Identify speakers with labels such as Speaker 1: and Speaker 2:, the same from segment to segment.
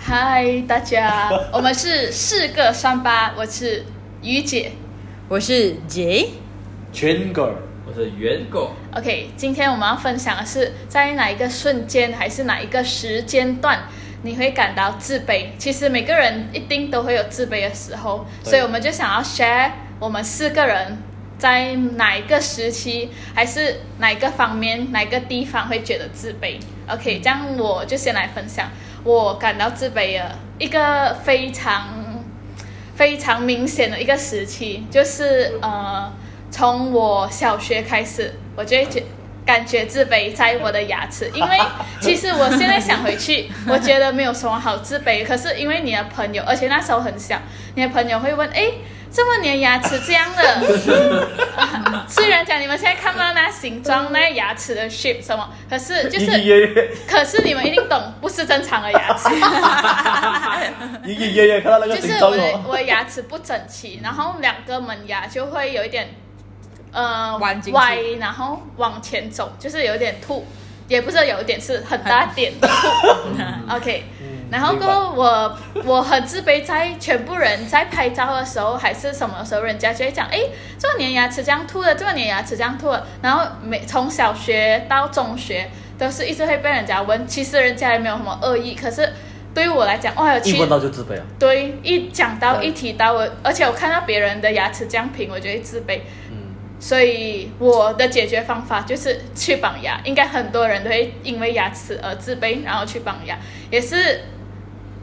Speaker 1: 嗨，大家，我们是四个三八，我是于姐。
Speaker 2: 我是杰，
Speaker 3: 全梗
Speaker 4: 我是猿狗，
Speaker 1: OK，今天我们要分享的是在哪一个瞬间，还是哪一个时间段，你会感到自卑？其实每个人一定都会有自卑的时候，
Speaker 3: 对
Speaker 1: 所以我们就想要 share 我们四个人在哪一个时期，还是哪一个方面、哪一个地方会觉得自卑？OK，这样我就先来分享我感到自卑的一个非常非常明显的一个时期，就是呃，从我小学开始，我就会觉感觉自卑在我的牙齿，因为 其实我现在想回去，我觉得没有什么好自卑。可是因为你的朋友，而且那时候很小，你的朋友会问，哎，怎么你的牙齿这样的？ 虽然讲你们现在看不到那形状、那牙齿的 shape 什么，可是就
Speaker 3: 一个
Speaker 1: 是，
Speaker 3: 月月
Speaker 1: 可是你们一定懂，不是正常的牙齿。
Speaker 3: 一个月月看到那个
Speaker 1: 就是
Speaker 3: 形
Speaker 1: 我
Speaker 3: 状
Speaker 1: 的
Speaker 3: 哦，
Speaker 1: 我的牙齿不整齐，然后两个门牙就会有一点呃
Speaker 2: 弯进去
Speaker 1: 歪，然后往前走，就是有点凸，也不是有一点是很大点 的凸。OK，然
Speaker 3: 嗯
Speaker 1: 后过后我我很自卑，在全部人在拍照的时候还是什么时候，人家就会讲，哎，这个你的牙齿这样凸的，这个你的牙齿这样凸的。然后每从小学到中学都是一直会被人家问，其实人家也没有什么恶意，可是。对于我来讲，哇，其
Speaker 3: 一
Speaker 1: 实
Speaker 3: 闻到就自卑啊，
Speaker 1: 对，一讲到
Speaker 3: 对
Speaker 1: 一提到我，而且我看到别人的牙齿这样平，我就会自卑。
Speaker 3: 嗯，
Speaker 1: 所以我的解决方法就是去绑牙，应该很多人都会因为牙齿而自卑，然后去绑牙，也是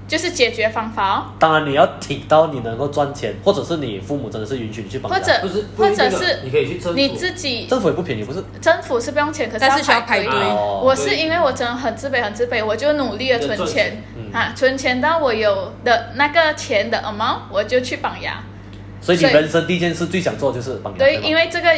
Speaker 1: 就是解决方法哦。
Speaker 3: 当然你要挺到你能够赚钱，或者是你父母真的是允许你去帮，
Speaker 1: 或者
Speaker 4: 不是，
Speaker 1: 或
Speaker 4: 不一定
Speaker 1: 者
Speaker 4: 的
Speaker 1: 是
Speaker 4: 你可以去政府，
Speaker 1: 你自己
Speaker 3: 政府也不便宜，不是？
Speaker 1: 政府是不用钱，可
Speaker 2: 但是需
Speaker 1: 要
Speaker 2: 要排队。
Speaker 1: 队。
Speaker 3: 哦
Speaker 1: 我是因为我真的很自卑，很自卑，我就努力的存
Speaker 4: 你的赚
Speaker 1: 钱
Speaker 4: 钱
Speaker 1: 啊，存钱到我有的那个钱的 amount，我就去绑牙。
Speaker 3: 所以你
Speaker 1: 所以
Speaker 3: 人生第一件事最想做就是帮牙，
Speaker 1: 对，
Speaker 3: 吧
Speaker 1: 因为这个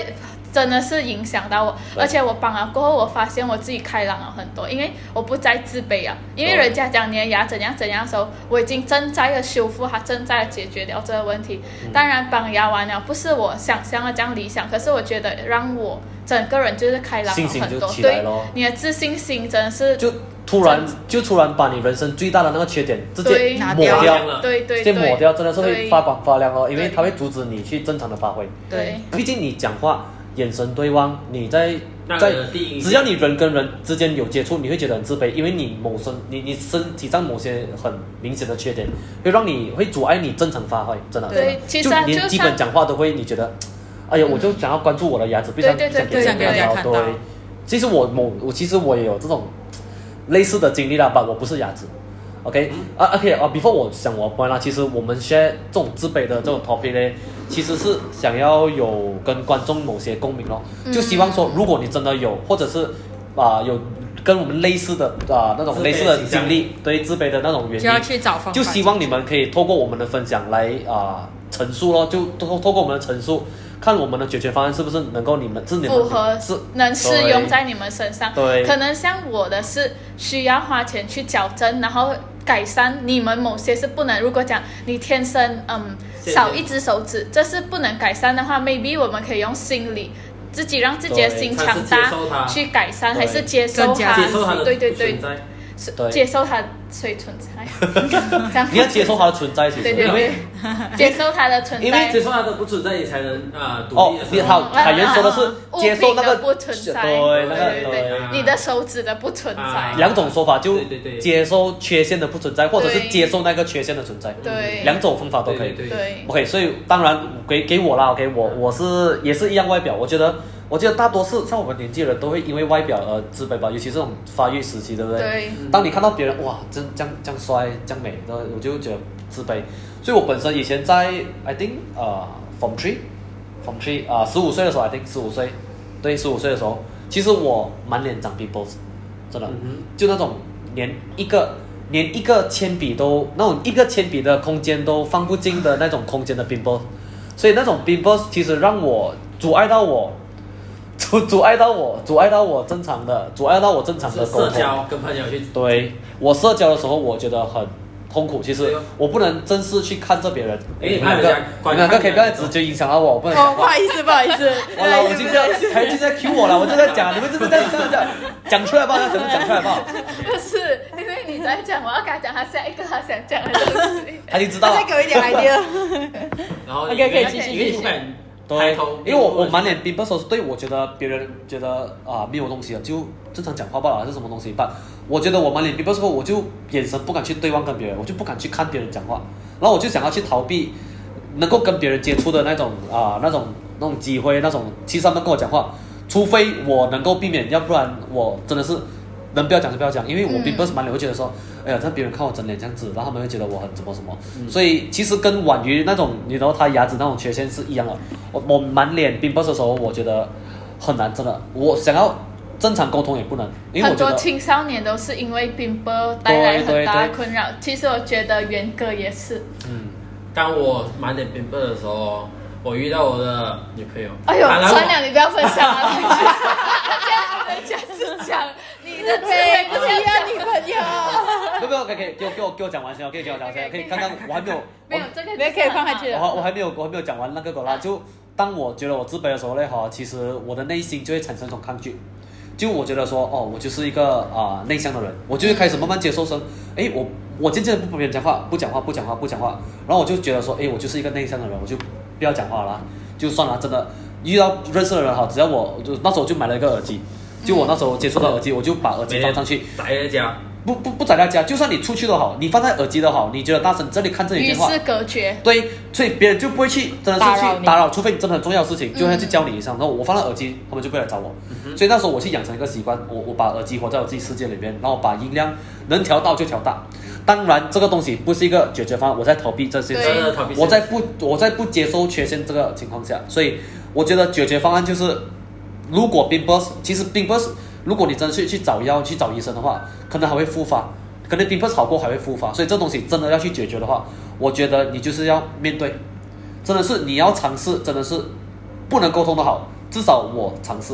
Speaker 1: 真的是影响到我，
Speaker 3: 对
Speaker 1: 而且我绑了过后，我发现我自己开朗了很多，因为我不再自卑了。啊因为
Speaker 3: 对
Speaker 1: 人家讲你的牙怎样怎样的时候，我已经正在的修复它，正在的解决掉这个问题。
Speaker 3: 嗯
Speaker 1: 当然，绑牙完了不是我想象的这样理想，可是我觉得让我整个人就是开朗了
Speaker 3: 信心
Speaker 1: 很
Speaker 3: 就
Speaker 1: 多。
Speaker 3: 起来
Speaker 1: 对
Speaker 3: 咯，
Speaker 1: 你的自信心真的是
Speaker 3: 就突然就突然把你人生最大的那个缺点直接
Speaker 1: 对
Speaker 2: 拿
Speaker 3: 抹
Speaker 2: 掉
Speaker 3: 掉，
Speaker 1: 对对
Speaker 3: 直接
Speaker 1: 对，
Speaker 3: 抹掉，真的是会
Speaker 1: 对
Speaker 3: 发光发亮哦，因为
Speaker 1: 对
Speaker 3: 它会阻止你去正常的发挥。
Speaker 1: 对。
Speaker 3: 毕竟你讲话眼神对望，你在
Speaker 4: 那
Speaker 3: 在
Speaker 4: 个第一印象
Speaker 3: 只要你人跟人之间有接触，你会觉得很自卑，因为你某身你你身体上某些很明显的缺点，会让你会阻碍你正常发挥，真的。
Speaker 1: 对
Speaker 3: 真的
Speaker 1: 其实啊
Speaker 3: 就
Speaker 1: 就像
Speaker 3: 连基本讲话都会，你觉得，哎呀，我就想要关注我的牙齿，不想
Speaker 1: 对对对
Speaker 3: 不想给人家
Speaker 2: 不想给人家
Speaker 3: 看
Speaker 2: 看
Speaker 3: 到。
Speaker 2: 到
Speaker 3: 对，其实我某我其实我也有这种类似的经历啦，但我不是牙齿。OK 啊，OK 啊，before 我想我关啦，其实我们现在这种自卑的这种 topic 呢，其实是想要有跟观众某些共鸣咯，就希望说，如果你真的有，或者是啊、有跟我们类似的啊、那种
Speaker 4: 自卑
Speaker 3: 类似的
Speaker 4: 倾向
Speaker 3: 经历，对自卑的那种原因，
Speaker 2: 就要去找方法。
Speaker 3: 就希望你们可以透过我们的分享来啊、陈述咯，就透透过我们的陈述，看我们的解决方案是不是能够你们是你们
Speaker 1: 符合
Speaker 3: 是
Speaker 1: 能适用
Speaker 3: 对
Speaker 1: 在你们身上。
Speaker 3: 对
Speaker 1: 可能像我的是需要花钱去矫正，然后改善。你们某些是不能。如果讲你天生嗯
Speaker 4: 谢谢
Speaker 1: 少一只手指，这是不能改善的话，maybe 我们可以用心理。自己让自己的
Speaker 3: 对
Speaker 1: 心
Speaker 4: 尝
Speaker 1: 强
Speaker 4: 试接受
Speaker 1: 大，
Speaker 4: 它
Speaker 1: 去改善，
Speaker 3: 对
Speaker 1: 还是接受
Speaker 2: 增加
Speaker 1: 它？
Speaker 4: 接受他的
Speaker 1: 对对对
Speaker 4: 存，在，
Speaker 1: 是
Speaker 3: 对
Speaker 1: 接受它所以存在。 这样
Speaker 3: 你要接受它的存在，其实
Speaker 1: 对对
Speaker 3: 因为
Speaker 1: 对，接受它的存
Speaker 3: 因
Speaker 1: 在
Speaker 3: 为。
Speaker 4: 接受他的不存在，你才能啊独
Speaker 3: 哦
Speaker 4: 立的，
Speaker 3: 你
Speaker 4: 生活。
Speaker 3: 好，海源说的
Speaker 1: 啊
Speaker 3: 是接受那个
Speaker 1: 物品的不存在
Speaker 3: 对那
Speaker 1: 对
Speaker 3: 个
Speaker 1: 对
Speaker 3: 对。
Speaker 1: 你的手指的不存在
Speaker 4: 啊。
Speaker 3: 两种说法，就
Speaker 4: 对对对
Speaker 3: 接受缺陷的不存在，或者是
Speaker 1: 对
Speaker 3: 接受那个缺陷的存在，
Speaker 1: 对
Speaker 3: 两种方法都可以。
Speaker 4: 对
Speaker 1: 对
Speaker 3: OK，所以当然给给我啦，OK，我我是也是一样外表，我觉得我觉得大多数像我们年纪的人都会因为外表而自卑吧，尤其是这种发育时期，对不对？
Speaker 1: 对
Speaker 3: 当你看到别人哇，真这样这样帅，这样美，然后我就觉得自卑。所以我本身以前在 I think 呃 from three from three 啊十五岁的时候 I think 十五岁，对十五岁的时候，其实我满脸长 pimples，真的，
Speaker 4: 嗯
Speaker 3: 就那种连一个连一个铅笔都那种一个铅笔的空间都放不进的那种空间的 pimples，所以那种 pimples 其实让我阻碍到我。阻阻碍到我，阻碍到我正常的，阻碍到我正常的
Speaker 4: 是
Speaker 3: 沟通。
Speaker 4: 社交跟朋友去
Speaker 3: 对我社交的时候，我觉得很痛苦。其实
Speaker 4: 对哦
Speaker 3: 我不能正式去看着别人。
Speaker 4: 哎
Speaker 3: 你
Speaker 4: 那
Speaker 3: 们两
Speaker 4: 人
Speaker 3: 个
Speaker 4: 家，
Speaker 3: 你
Speaker 4: 观
Speaker 3: 们两个
Speaker 4: 看
Speaker 3: 可以
Speaker 4: 你
Speaker 3: 不要
Speaker 4: 的
Speaker 3: 直接影响到我，我不能
Speaker 2: 哦，
Speaker 3: 讲
Speaker 2: 不
Speaker 3: 话。
Speaker 2: 好意思，不好意思，
Speaker 3: 我老我今天还就在 Q 我了，我就在讲，你们就是在这样讲，讲出来吧，讲讲出来吧。
Speaker 1: 不是因为你你再讲，我要跟他讲他下一个他想讲的东西。
Speaker 3: 他就知道
Speaker 2: 大
Speaker 3: 了
Speaker 2: 家。给我一点 idea。
Speaker 4: 然后
Speaker 2: OK，
Speaker 4: 因为
Speaker 1: 可以继续
Speaker 4: 因为
Speaker 1: 继
Speaker 4: 你
Speaker 1: 续
Speaker 4: 不敢
Speaker 3: 对
Speaker 4: 抬头，，
Speaker 3: 因为我我满脸 b i b 说，对我觉得别人觉得啊、没有东西了，就正常讲话罢了，还是什么东西？但我觉得我满脸 b i b 时候，我就眼神不敢去对望跟别人，我就不敢去看别人讲话，然后我就想要去逃避能够跟别人接触的那种啊、那种那种机会，那种其实他们跟我讲话，除非我能够避免，要不然我真的是能不要讲就不要讲，因为我
Speaker 1: 嗯
Speaker 3: b i b 满脸会觉得说，哎呀，这别人看我整脸这样子，然后他们会觉得我很怎么什么，
Speaker 4: 嗯
Speaker 3: 所以其实跟婉瑜那种，你知道她牙齿那种缺陷是一样的。我我满脸冰 b 的时候，我觉得很难，真的，我想要正常沟通也不能， 因为我
Speaker 1: 很
Speaker 3: 觉
Speaker 1: 多
Speaker 3: 得
Speaker 1: 青少年都是因为 bimbo 带来很大
Speaker 3: 对对
Speaker 1: 的困扰。其实我觉得元哥也是。
Speaker 3: 嗯，
Speaker 4: 当我满脸冰雹的时候，我遇到我的女朋友。
Speaker 1: 哎呦，
Speaker 3: 啊
Speaker 4: 本来我
Speaker 1: 川亮，你不要分享啊！人家是讲你的对，哎不是要
Speaker 2: 女朋友，
Speaker 3: 没有没有，可以可以，给我给我给我讲完先，OK，给我讲完先，可以看看我还没有，
Speaker 1: 没有
Speaker 3: 我
Speaker 1: 这个，
Speaker 2: 你也可以放下
Speaker 3: 我
Speaker 2: 去了
Speaker 3: 还我还没有我还没有讲完那个狗啦，就当我觉得我自卑的时候嘞哈，其实我的内心就会产生一种抗拒，就我觉得说哦，我就是一个啊、内向的人，我就会开始慢慢接受说，诶，我我渐渐的不跟别人讲话，不讲话，不讲话，不讲话，然后我就觉得说，诶，我就是一个内向的人，我就不要讲话啦，就算了，真的遇到认识的人哈，只要我就那时候就买了一个耳机，就我那时候接触到耳机，我就把耳机
Speaker 4: 每
Speaker 3: 放
Speaker 4: 天
Speaker 3: 上去。
Speaker 4: 宅在家，
Speaker 3: 不不不在他家，就算你出去都好，你放在耳机都好，你觉得大声，这里看这里
Speaker 1: 与
Speaker 3: 电话，
Speaker 1: 世隔绝。
Speaker 3: 对，所以别人就不会去真的
Speaker 2: 打
Speaker 3: 是
Speaker 2: 扰
Speaker 3: 去
Speaker 2: 你
Speaker 3: 打扰，除非你真的很重要的事情，就会
Speaker 1: 嗯
Speaker 3: 去教你一下。然后我放了耳机，他们就不会来找我。
Speaker 2: 嗯
Speaker 3: 所以那时候我去养成一个习惯，我我把耳机活在我自己世界里面，然后把音量能调到就调大。
Speaker 2: 嗯
Speaker 3: 当然，这个东西不是一个解决方案，我在逃避这些
Speaker 1: 对
Speaker 3: 事
Speaker 4: 真的逃避现实
Speaker 3: 我在不我在不接受缺陷这个情况下，所以我觉得解决方案就是，如果并不是，其实并不是，如果你真的去去找药去找医生的话，可能还会复发，可能并不是好过还会复发，所以这东西真的要去解决的话，我觉得你就是要面对，真的是你要尝试，真的是不能沟通的好，至少我尝试，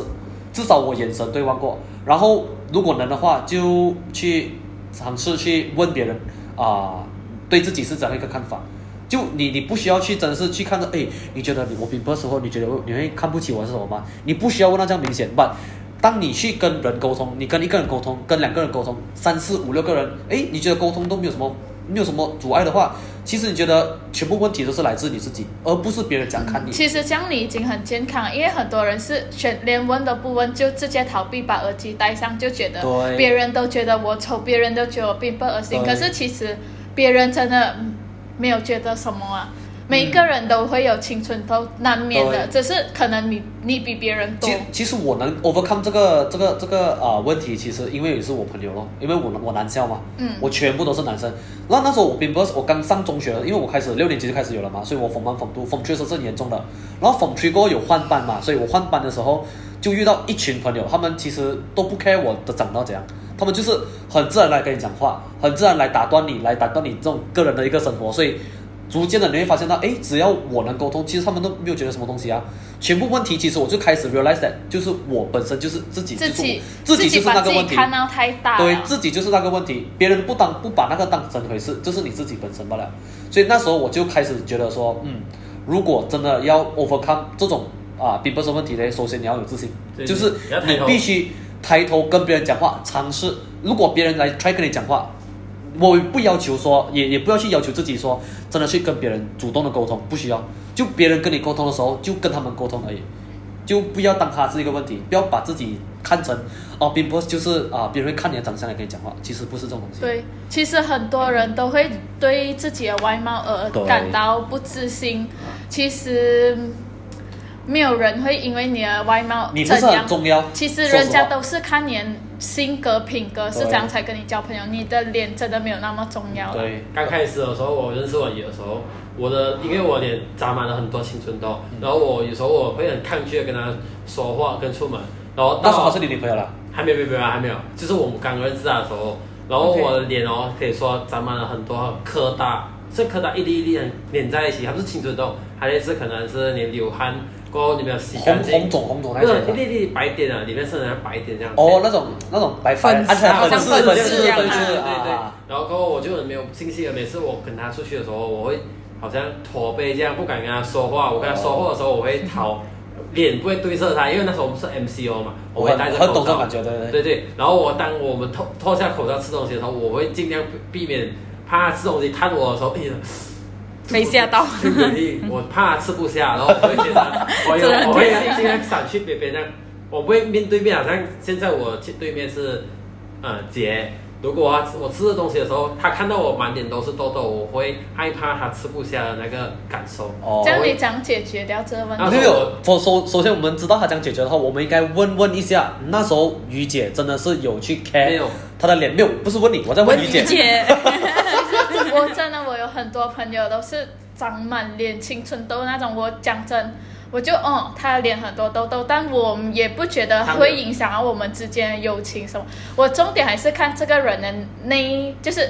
Speaker 3: 至少我眼神对望过。然后如果能的话，就去尝试去问别人啊、对自己是怎样一个看法。就你，你不需要去真的是去看到，哎，你觉得你我比不的时候，你觉得我你会看不起我还是什么吗？你不需要问到这样明显吧。当你去跟人沟通，你跟一个人沟通，跟两个人沟通，三四五六个人，哎，你觉得沟通都没有什么没有什么阻碍的话，其实你觉得全部问题都是来自你自己，而不是别人讲看你。
Speaker 1: 其实这样你已经很健康了，因为很多人是选连问都不问，就直接逃避，把耳机戴上，就觉得
Speaker 3: 对
Speaker 1: 别人都觉得我丑，别人都觉得我并不恶心。
Speaker 3: 对
Speaker 1: 可是其实别人真的嗯没有觉得什么啊。每个人都会有青春痘，难免的，只是可能你你比别人多
Speaker 3: 其。其实我能 overcome 这个这个这个啊、呃问题，其实因为也是我朋友咯，因为我我男校嘛，
Speaker 1: 嗯
Speaker 3: 我全部都是男生。那那时候我并不是我刚上中学，因为我开始六年级就开始有了嘛，所以我 form one form two form three 是很严重的。然后 form three 过后有换班嘛，所以我换班的时候就遇到一群朋友，他们其实都不 care 我的长到怎样。他们就是很自然来跟你讲话，很自然来打断你，来打断你这种个人的一个生活，所以逐渐的你会发现到，哎，只要我能沟通，其实他们都没有觉得什么东西啊。全部问题其实我就开始 realize that，就是我本身就是自己，
Speaker 1: 自己
Speaker 3: 就是我自己就是
Speaker 1: 把
Speaker 3: 那
Speaker 1: 自
Speaker 3: 个
Speaker 1: 己
Speaker 3: 问题，
Speaker 1: 看到太大了。
Speaker 3: 对自己就是那个问题，别人不当不把那个当真回事，这是你自己本身罢了。所以那时候我就开始觉得说，嗯，如果真的要 overcome 这种啊 b i b 问题呢，首先你要有自信，
Speaker 4: 对
Speaker 3: 就是
Speaker 4: 你要抬
Speaker 3: 你
Speaker 4: 头
Speaker 3: 必须抬头跟别人讲话，尝试。如果别人来 try 跟你讲话，我不要求说，也也不要去要求自己说，真的去跟别人主动的沟通，不需要。就别人跟你沟通的时候，就跟他们沟通而已。就不要当他是一个问题，不要把自己看成哦，并不是就是啊，别人会看你的长相来跟你讲话，其实不是这种东西。
Speaker 1: 对，其实很多人都会对自己的外貌而
Speaker 3: 对
Speaker 1: 感到不自信。
Speaker 3: 啊
Speaker 1: 其实嗯没有人会因为你的外貌
Speaker 3: 你不
Speaker 1: 怎
Speaker 3: 是
Speaker 1: 样
Speaker 3: 很，重要。
Speaker 1: 其实
Speaker 3: 说实话
Speaker 1: 人家都是看你的性格、品格是
Speaker 3: 对
Speaker 1: 这样才跟你交朋友。你的脸真的没有那么重要了。
Speaker 3: 对，
Speaker 4: 刚开始的时候，我认识我姨的时候，我的因为我脸长满了很多青春痘，
Speaker 3: 嗯
Speaker 4: 然后我有时候我会很抗拒的跟她说话跟出门，然后
Speaker 3: 那
Speaker 4: 到
Speaker 3: 时候是你女朋友了，
Speaker 4: 还没有没有没有还没有，就是我们刚认识她的时候，然后
Speaker 2: OK
Speaker 4: 我的脸哦可以说长满了很多疙瘩，这疙瘩一粒一粒很连在一起，还不是青春痘，还有一次可能是你流汗过后你没有洗
Speaker 3: 红
Speaker 4: 干净
Speaker 3: 红，肿红肿那
Speaker 4: 不是一
Speaker 3: 种
Speaker 4: 粒
Speaker 3: 的。
Speaker 4: 一粒白点啊，里面是很白点这样。哎
Speaker 3: 哦，那种那种白粉，
Speaker 2: 粉
Speaker 3: 啊
Speaker 2: 好
Speaker 3: 粉
Speaker 2: 像
Speaker 3: 刺
Speaker 2: 粉
Speaker 3: 粉
Speaker 2: 刺
Speaker 3: 刺
Speaker 2: 这样
Speaker 3: 粉
Speaker 4: 对
Speaker 3: 刺
Speaker 4: 对对
Speaker 3: 啊。。
Speaker 4: 然后过后我就很没有信心了，每次我跟他出去的时候，我会好像驼背这样，不敢跟他说话。我跟他说话的时候，我会逃，脸不会对射他，因为那时候我们是 MCO 嘛，我
Speaker 3: 我
Speaker 4: 会
Speaker 3: 很
Speaker 4: 戴着
Speaker 3: 很懂
Speaker 4: 口
Speaker 3: 这种
Speaker 4: 罩
Speaker 3: 感。觉，对对对。
Speaker 4: 对对，然后我当我们脱脱下口罩吃东西的时候，我会尽量避免怕他吃东西看我的时候，哎呀，
Speaker 1: 没吓到
Speaker 4: 就有力，我怕吃不下，然后我会觉 得我
Speaker 1: 真的很
Speaker 4: 有我会
Speaker 1: 开心
Speaker 4: 尽量闪去边边这样，我不会面对面，啊好像现在我去对面是呃姐。如果我我吃的东西的时候，他看到我满脸都是痘痘，我会害怕他吃不下的那个感受。
Speaker 3: 哦
Speaker 1: 这样你讲解决掉这个问
Speaker 4: 啊
Speaker 1: 题
Speaker 3: 没？有，首首首先我们知道他讲解决的话，我们应该问问一下，那时候于姐真的是有去 care
Speaker 4: 没有
Speaker 3: 她的脸，没有，不是问你，我在问于姐。
Speaker 2: 姐，
Speaker 1: 我真的我有很多朋友都是长满脸青春痘那种，我讲真。我就哦，他脸很多痘痘，但我也不觉得会影响到我们之间的友情什么。我重点还是看这个人的内，就是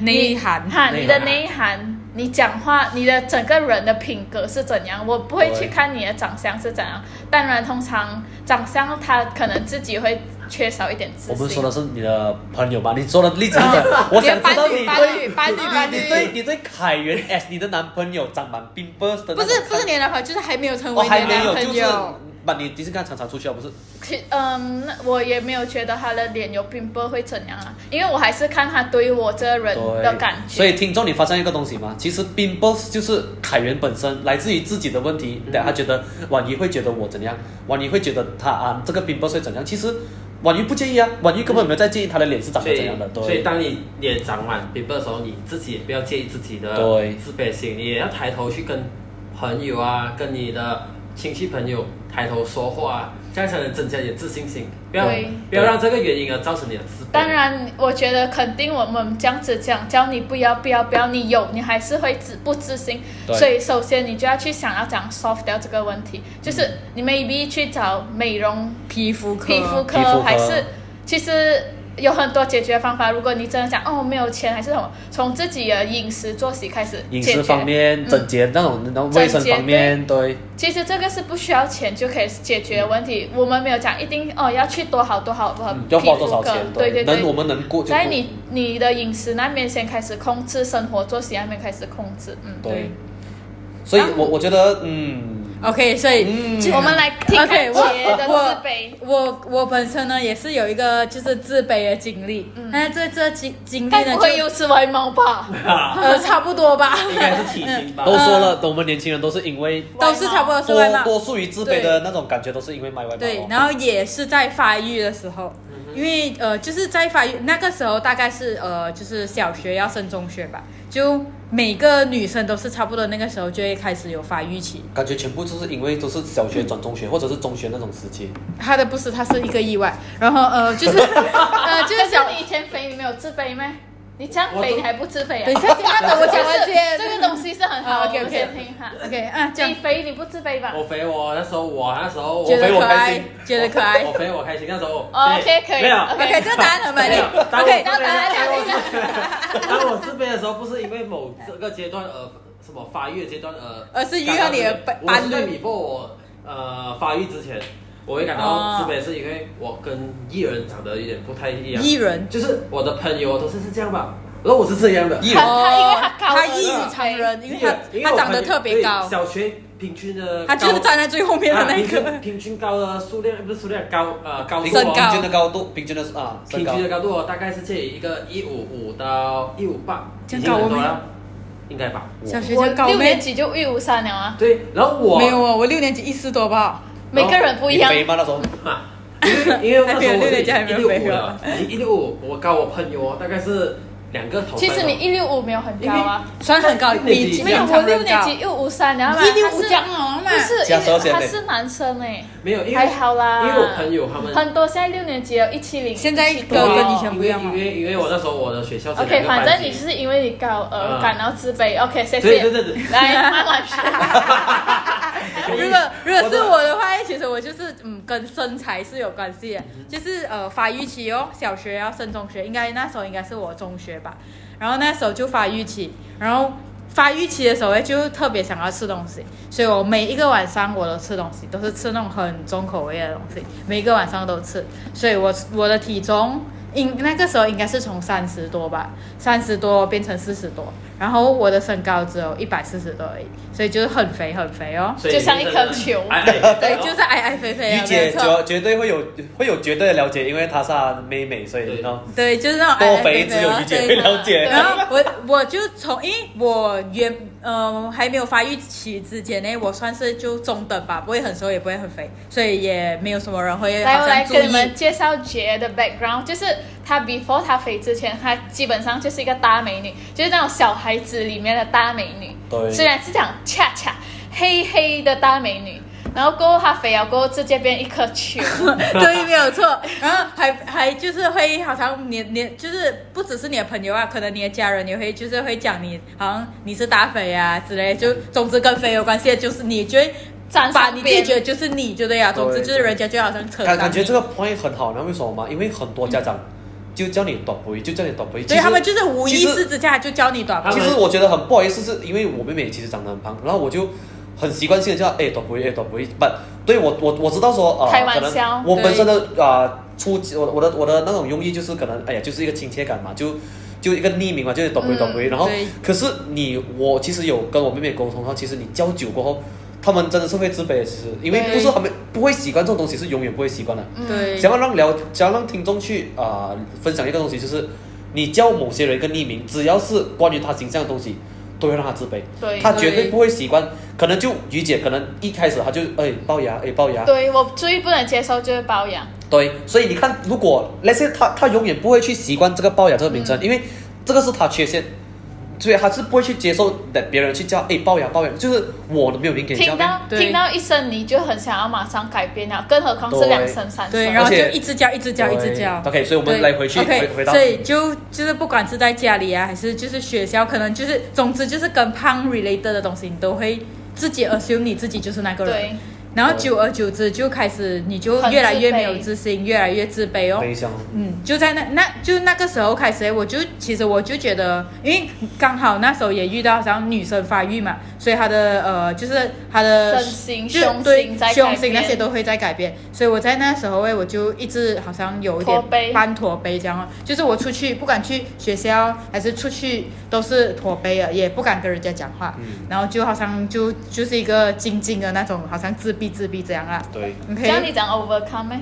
Speaker 2: 内涵
Speaker 1: 哈，你的
Speaker 4: 内
Speaker 1: 内涵，你讲话，你的整个人的品格是怎样？我不会去
Speaker 3: 对
Speaker 1: 看你的长相是怎样。当然，通常长相他可能自己会缺少一点自
Speaker 3: 我
Speaker 1: 信。
Speaker 3: 们说的是你的朋友嘛，你说的例子是讲，我想知道你
Speaker 2: 伴侣
Speaker 3: 对
Speaker 2: 伴侣伴侣伴侣
Speaker 3: 你对你对凯源 S 你的男朋友长满 pimples 的那种
Speaker 2: 不是不是你的男朋友，就是还没有成
Speaker 3: 我
Speaker 2: 为
Speaker 3: 哦
Speaker 2: 你
Speaker 3: 还
Speaker 2: 的
Speaker 3: 没
Speaker 2: 男
Speaker 3: 有，就
Speaker 2: 朋
Speaker 3: 是
Speaker 2: 友。
Speaker 3: 把你迪士尼看常常出去啊，不是？
Speaker 1: 其嗯，那我也没有觉得他的脸有病波会怎样啊，因为我还是看他对我这个人的感觉。
Speaker 3: 所以听众，你发现一个东西吗？其实 bimbos 就是凯源本身来自于自己的问题，对、他觉得婉瑜会觉得我怎样，婉瑜会觉得他啊这个 bimbos 会怎样，其实婉瑜不介意啊，婉瑜根本没有在介意他的脸是长
Speaker 4: 所
Speaker 3: 得
Speaker 4: 以
Speaker 3: 怎样的，，
Speaker 4: 所以
Speaker 3: 对。
Speaker 4: 当你脸长满皮肤的时候，你自己也不要介意自己的
Speaker 3: 对
Speaker 4: 自卑心，你也要抬头去跟朋友啊，跟你的亲戚朋友抬头说话啊，这样才能增加你的自信心。不要
Speaker 1: 对
Speaker 4: 不要让这个原因啊而造成你的自卑。
Speaker 1: 当，然，我觉得肯定我们这样子讲，教你不要不要不要，你有你还是会自不自信。
Speaker 3: 对
Speaker 1: 所以首先你就要去想要怎样 solve 掉这个问题，就是你 maybe 去找美容
Speaker 2: 皮肤科，
Speaker 1: 皮肤
Speaker 3: 嗯皮肤
Speaker 1: 科
Speaker 3: 科
Speaker 1: 还是其实有很多解决方法。如果你真的想哦没有钱，还是什么，从自己的饮食作息开始
Speaker 3: 饮
Speaker 1: 解决
Speaker 3: 食方面、整洁那种、那
Speaker 1: 整
Speaker 3: 种
Speaker 1: 洁
Speaker 3: 卫生方面，对，
Speaker 1: 其实这个是不需要钱就可以解决的问题。我们没有讲一定哦要去多好多好多好嗯皮
Speaker 3: 嗯要
Speaker 1: 肤
Speaker 3: 花
Speaker 1: 科，
Speaker 3: 多少钱？
Speaker 1: 对对
Speaker 3: 能
Speaker 1: 对。
Speaker 3: 我们能过就
Speaker 1: 在
Speaker 3: 过。
Speaker 1: 你你的饮食那边先开始控制，生活作息那边开始控制，嗯。
Speaker 3: 对
Speaker 2: 对。
Speaker 3: 所以
Speaker 2: 然后
Speaker 3: 我我觉得，嗯，
Speaker 2: OK，所以、
Speaker 3: 嗯
Speaker 2: 就
Speaker 1: 我们来听
Speaker 2: OK，
Speaker 1: 看
Speaker 2: 我
Speaker 1: 杰的
Speaker 2: 我
Speaker 1: 自卑。
Speaker 2: 我我本身呢也是有一个就是自卑的经历，那这这经经历
Speaker 1: 该
Speaker 2: 呢
Speaker 1: 不会又
Speaker 2: 就是
Speaker 1: 歪猫吧？
Speaker 2: 呃差不 多吧，
Speaker 4: 应该是体型 吧
Speaker 3: 都。说
Speaker 1: 嗯
Speaker 3: 了，我们年轻人都是因为
Speaker 2: 都是差不多是外
Speaker 3: 多
Speaker 2: 貌。
Speaker 3: 多数于自卑的那种感觉，都是因为买外卖
Speaker 2: 对
Speaker 3: 哦，
Speaker 2: 然后也是在发育的时候，
Speaker 4: 嗯
Speaker 2: 因为呃，就是在发育那个时候，大概是呃，就是小学要升中学吧，就每个女生都是差不多那个时候就会开始有发育期。
Speaker 3: 感觉全部就是因为都是小学转中学，或者是中学那种时期。
Speaker 2: 她的不是，她是一个意外，然后呃，就是 呃，就
Speaker 1: 就是是
Speaker 2: 小
Speaker 1: 你以前肥，你没有自卑吗？你这样
Speaker 4: 我
Speaker 1: 肥，
Speaker 4: 都
Speaker 1: 你还不自卑啊？
Speaker 2: 等一下先让我讲完先
Speaker 1: 这个东西是很好的，
Speaker 2: 啊，OK，OK
Speaker 1: 我们先听哈。
Speaker 2: OK 啊，这样
Speaker 1: 你肥，你不自卑吧
Speaker 3: 哦
Speaker 4: 我肥我那时候我那时候我
Speaker 2: 觉得
Speaker 4: 肥我
Speaker 2: 可
Speaker 4: 开
Speaker 2: 爱
Speaker 4: 心，，
Speaker 2: 觉得可爱
Speaker 4: 我。肥我开心那时候。
Speaker 1: 哦
Speaker 4: 对
Speaker 1: ？OK，可以。
Speaker 4: 没有。
Speaker 2: OK，这个答案很满意。
Speaker 4: 没有 当我
Speaker 2: OK，
Speaker 1: 那本来两个
Speaker 4: 当我自卑的时候，不是因为某这个阶段而什么发育的阶段呃而，
Speaker 2: 而是遇到你的伴
Speaker 4: 我是
Speaker 2: 伴
Speaker 4: 在
Speaker 2: 侣
Speaker 4: b e 我呃发育之前，我会感到自卑，是因为我跟艺人长得有点不太一样。
Speaker 2: 艺人
Speaker 4: 就是我的朋友都是是这样吧，然后我是这样的。
Speaker 3: 艺
Speaker 1: 他
Speaker 3: 人
Speaker 1: 他因为他高
Speaker 2: 哦他
Speaker 1: 而
Speaker 2: 异于常人，因为
Speaker 4: 因为
Speaker 2: 他他
Speaker 4: 我
Speaker 2: 长得
Speaker 4: 朋友
Speaker 2: 特别
Speaker 4: 对
Speaker 2: 高，
Speaker 4: 小学平均的
Speaker 2: 他就是
Speaker 4: 高
Speaker 2: 站在最后面的那一个
Speaker 4: 啊平均。平均高的数量不是数量高呃高度
Speaker 3: 平
Speaker 4: 哦
Speaker 2: 身高
Speaker 3: 平均的高度，平均的是啊，身
Speaker 4: 平
Speaker 3: 高
Speaker 4: 均的高度哦大概是介于一个一五五到一五八，
Speaker 2: 这
Speaker 4: 已
Speaker 2: 样
Speaker 4: 经
Speaker 2: 高
Speaker 4: 很
Speaker 2: 我
Speaker 4: 多
Speaker 2: 没有
Speaker 4: 了，应该吧？
Speaker 2: 小学
Speaker 1: 我
Speaker 2: 就高
Speaker 1: 六年
Speaker 2: 妹，
Speaker 1: 级就一五三了啊，
Speaker 4: 对，然后我
Speaker 2: 没有啊，我六年级一四多吧。
Speaker 1: 每个人不一样
Speaker 3: 你。肥吗？那时候
Speaker 4: 啊，因为因为那时
Speaker 2: 还没
Speaker 4: 候
Speaker 2: 有六年级还没有
Speaker 4: 我是一
Speaker 2: 没
Speaker 4: 六五
Speaker 2: 有
Speaker 4: 了，一六五，我高我朋友哦大概是两个头
Speaker 1: 其
Speaker 4: 三哦。
Speaker 1: 实你一六五没有很高啊，
Speaker 2: 算很高，
Speaker 4: 六年级
Speaker 2: 比
Speaker 4: 因
Speaker 1: 没
Speaker 4: 为
Speaker 1: 有，
Speaker 2: 正
Speaker 1: 我
Speaker 2: 常人
Speaker 1: 六
Speaker 2: 高
Speaker 1: 年级一五三，你知道吗？
Speaker 2: 155
Speaker 1: 他是
Speaker 2: 这样哦嘛
Speaker 1: 不是，
Speaker 3: 加十二
Speaker 1: 因
Speaker 3: 线
Speaker 1: 为他
Speaker 3: 嘞
Speaker 1: 是男生哎，
Speaker 4: 没有，因为
Speaker 1: 还好啦。
Speaker 4: 因为我朋友他们哦
Speaker 1: 很多现在六年级有一七零，
Speaker 2: 现在
Speaker 1: 170
Speaker 2: 高跟以前
Speaker 4: 因
Speaker 2: 不
Speaker 4: 为
Speaker 2: 一样啊
Speaker 4: 因
Speaker 2: 嘛
Speaker 4: 为因为我那时候我的学校是
Speaker 1: OK，
Speaker 4: 两个
Speaker 1: 反
Speaker 4: 班
Speaker 1: 正你
Speaker 4: 级
Speaker 1: 就是因为你高而
Speaker 4: 嗯
Speaker 1: 感到自卑。OK，谢
Speaker 4: 对
Speaker 1: 谢。
Speaker 4: 对对对
Speaker 1: 来，慢慢说。
Speaker 2: 如果如果是我的话，其实我就是嗯，跟身材是有关系的，就是呃发育期哦，小学要升中学，应该那时候应该是我中学吧，然后那时候就发育期，然后发育期的时候哎就特别想要吃东西，所以我每一个晚上我都吃东西，都是吃那种很重口味的东西，每一个晚上都吃，所以我我的体重应那个时候应该是从三十多吧，三十多变成四十多，然后我的身高只有一百四十多而已，所以就是很肥很肥哦。
Speaker 4: 所以
Speaker 1: 就像
Speaker 4: 你
Speaker 1: 一
Speaker 4: 真
Speaker 1: 颗
Speaker 4: 的
Speaker 1: 球
Speaker 4: 哎哎
Speaker 2: 对，就是矮矮肥肥
Speaker 3: 于
Speaker 2: 啊，没
Speaker 3: 姐绝
Speaker 2: 错。
Speaker 3: 绝对会有会有绝对的了解，因为她是她妹妹，所以
Speaker 4: 对
Speaker 3: 呢，
Speaker 2: 对，就是那种矮
Speaker 3: 多
Speaker 2: 矮
Speaker 3: 肥
Speaker 2: 肥
Speaker 3: 只
Speaker 2: 肥
Speaker 3: 有
Speaker 2: 哦
Speaker 3: 于姐会了解。
Speaker 2: 然后我我就从，因为我原呃还没有发育期之前呢，我算是就中等吧，不会很瘦，也不会很肥，所以也没有什么人会
Speaker 1: 来，
Speaker 2: 好
Speaker 1: 我
Speaker 2: 像
Speaker 1: 来
Speaker 2: 注
Speaker 1: 给你
Speaker 2: 意
Speaker 1: 们。介绍杰的 background，就是她 before 她肥之前，她基本上就是一个大美女，就是那种小孩子里面的大美女。
Speaker 3: 对
Speaker 1: 虽然是讲恰恰黑黑的大美女，然后过后她肥了过后直接变一颗 球，
Speaker 2: 对，没有错。然后还还就是会好像你你就是不只是你的朋友啊，可能你的家人也会就是会讲你好像你是大肥啊之类，就总之跟肥有关系的就是你就会
Speaker 1: 站
Speaker 2: 把
Speaker 1: 上
Speaker 2: 你自己
Speaker 1: 边
Speaker 2: 觉得就是你就对啊，总之
Speaker 3: 对
Speaker 2: 就是人家就好像扯
Speaker 3: 感感觉
Speaker 2: 上
Speaker 3: 这个 point 很好，你知道为什么吗？因为很多家长就叫你短肥，就叫你短肥。
Speaker 2: 你，所以他们就是无意
Speaker 3: 其实
Speaker 2: 识之下就教你短
Speaker 4: 啊他
Speaker 3: 其
Speaker 4: 们
Speaker 3: 实我觉得很不好意思，是因为我妹妹其实长得很胖，然后我就很习惯性的叫哎短肥哎短肥，不，对我我我知道说啊，
Speaker 1: 开
Speaker 3: 呃
Speaker 1: 玩
Speaker 3: 可能
Speaker 1: 笑
Speaker 3: 我
Speaker 2: 对
Speaker 3: 本身的啊初我我的我的那种用意就是可能哎呀就是一个亲切感嘛，就就一个匿名嘛，就是短肥
Speaker 1: 嗯
Speaker 3: 短肥，然后
Speaker 2: 对
Speaker 3: 可是你我其实有跟我妹妹沟通到，其实你交久过后。他们真的是会自卑的，其实，因为
Speaker 1: 对
Speaker 3: 不是他们不会习惯这种东西，是永远不会习惯的。
Speaker 1: 嗯
Speaker 2: 对，
Speaker 3: 想要让了，想要让听众去啊、呃分享一个东西，就是你叫某些人一个匿名，只要是关于他形象的东西，都会让他自卑，
Speaker 1: 对
Speaker 3: 他绝对
Speaker 2: 对
Speaker 3: 不会习惯。可能就于姐，可能一开始他就哎龅牙，哎龅牙，
Speaker 1: 对我最不能接受就是包养，
Speaker 3: 对，所以你看，如果那些他他永远不会去习惯这个龅牙这个名称，因为这个是他缺陷。所以他是不会去接受的，别人去叫哎龅牙龅牙，就是我没有名给你叫
Speaker 1: 听
Speaker 3: 咩。
Speaker 1: 到
Speaker 2: 对
Speaker 1: 听到一声你就很想要马上改变了，更何况是两声三
Speaker 2: 对，
Speaker 1: 声。
Speaker 2: 然后就
Speaker 3: 而且
Speaker 2: 一直教，一直教，一直教。
Speaker 3: OK，所以我们来回去
Speaker 2: o k
Speaker 3: 回回到
Speaker 2: 所以就就是不管是在家里啊，还是就是学校，可能就是总之就是跟胖 related 的东西，你都会自己 assume 你自己就是那个人。
Speaker 1: 对，
Speaker 2: 然后久而久之就开始，你就
Speaker 1: 很
Speaker 2: 越来
Speaker 1: 自
Speaker 2: 越
Speaker 1: 卑
Speaker 2: 没有自信，越来越自卑哦。
Speaker 3: 悲伤。
Speaker 2: 嗯，就在那那就那个时候开始，我就其实我就觉得，因为刚好那时候也遇到像女生发育嘛，所以她的呃就是她的
Speaker 1: 身形
Speaker 2: 就
Speaker 1: 胸
Speaker 2: 对
Speaker 1: 型在改
Speaker 2: 胸型那些
Speaker 1: 变
Speaker 2: 都会在改变，所以我在那时候诶，我就一直好像有一点
Speaker 1: 驼背
Speaker 2: 半驼背这样哦，就是我出去不管去学校还是出去都是驼背的，也不敢跟人家讲话，
Speaker 3: 嗯
Speaker 2: 然后就好像就就是一个静静的那种，好像自闭自闭这样啊。
Speaker 3: 对，
Speaker 2: OK，
Speaker 1: 这样你讲 overcome 咩？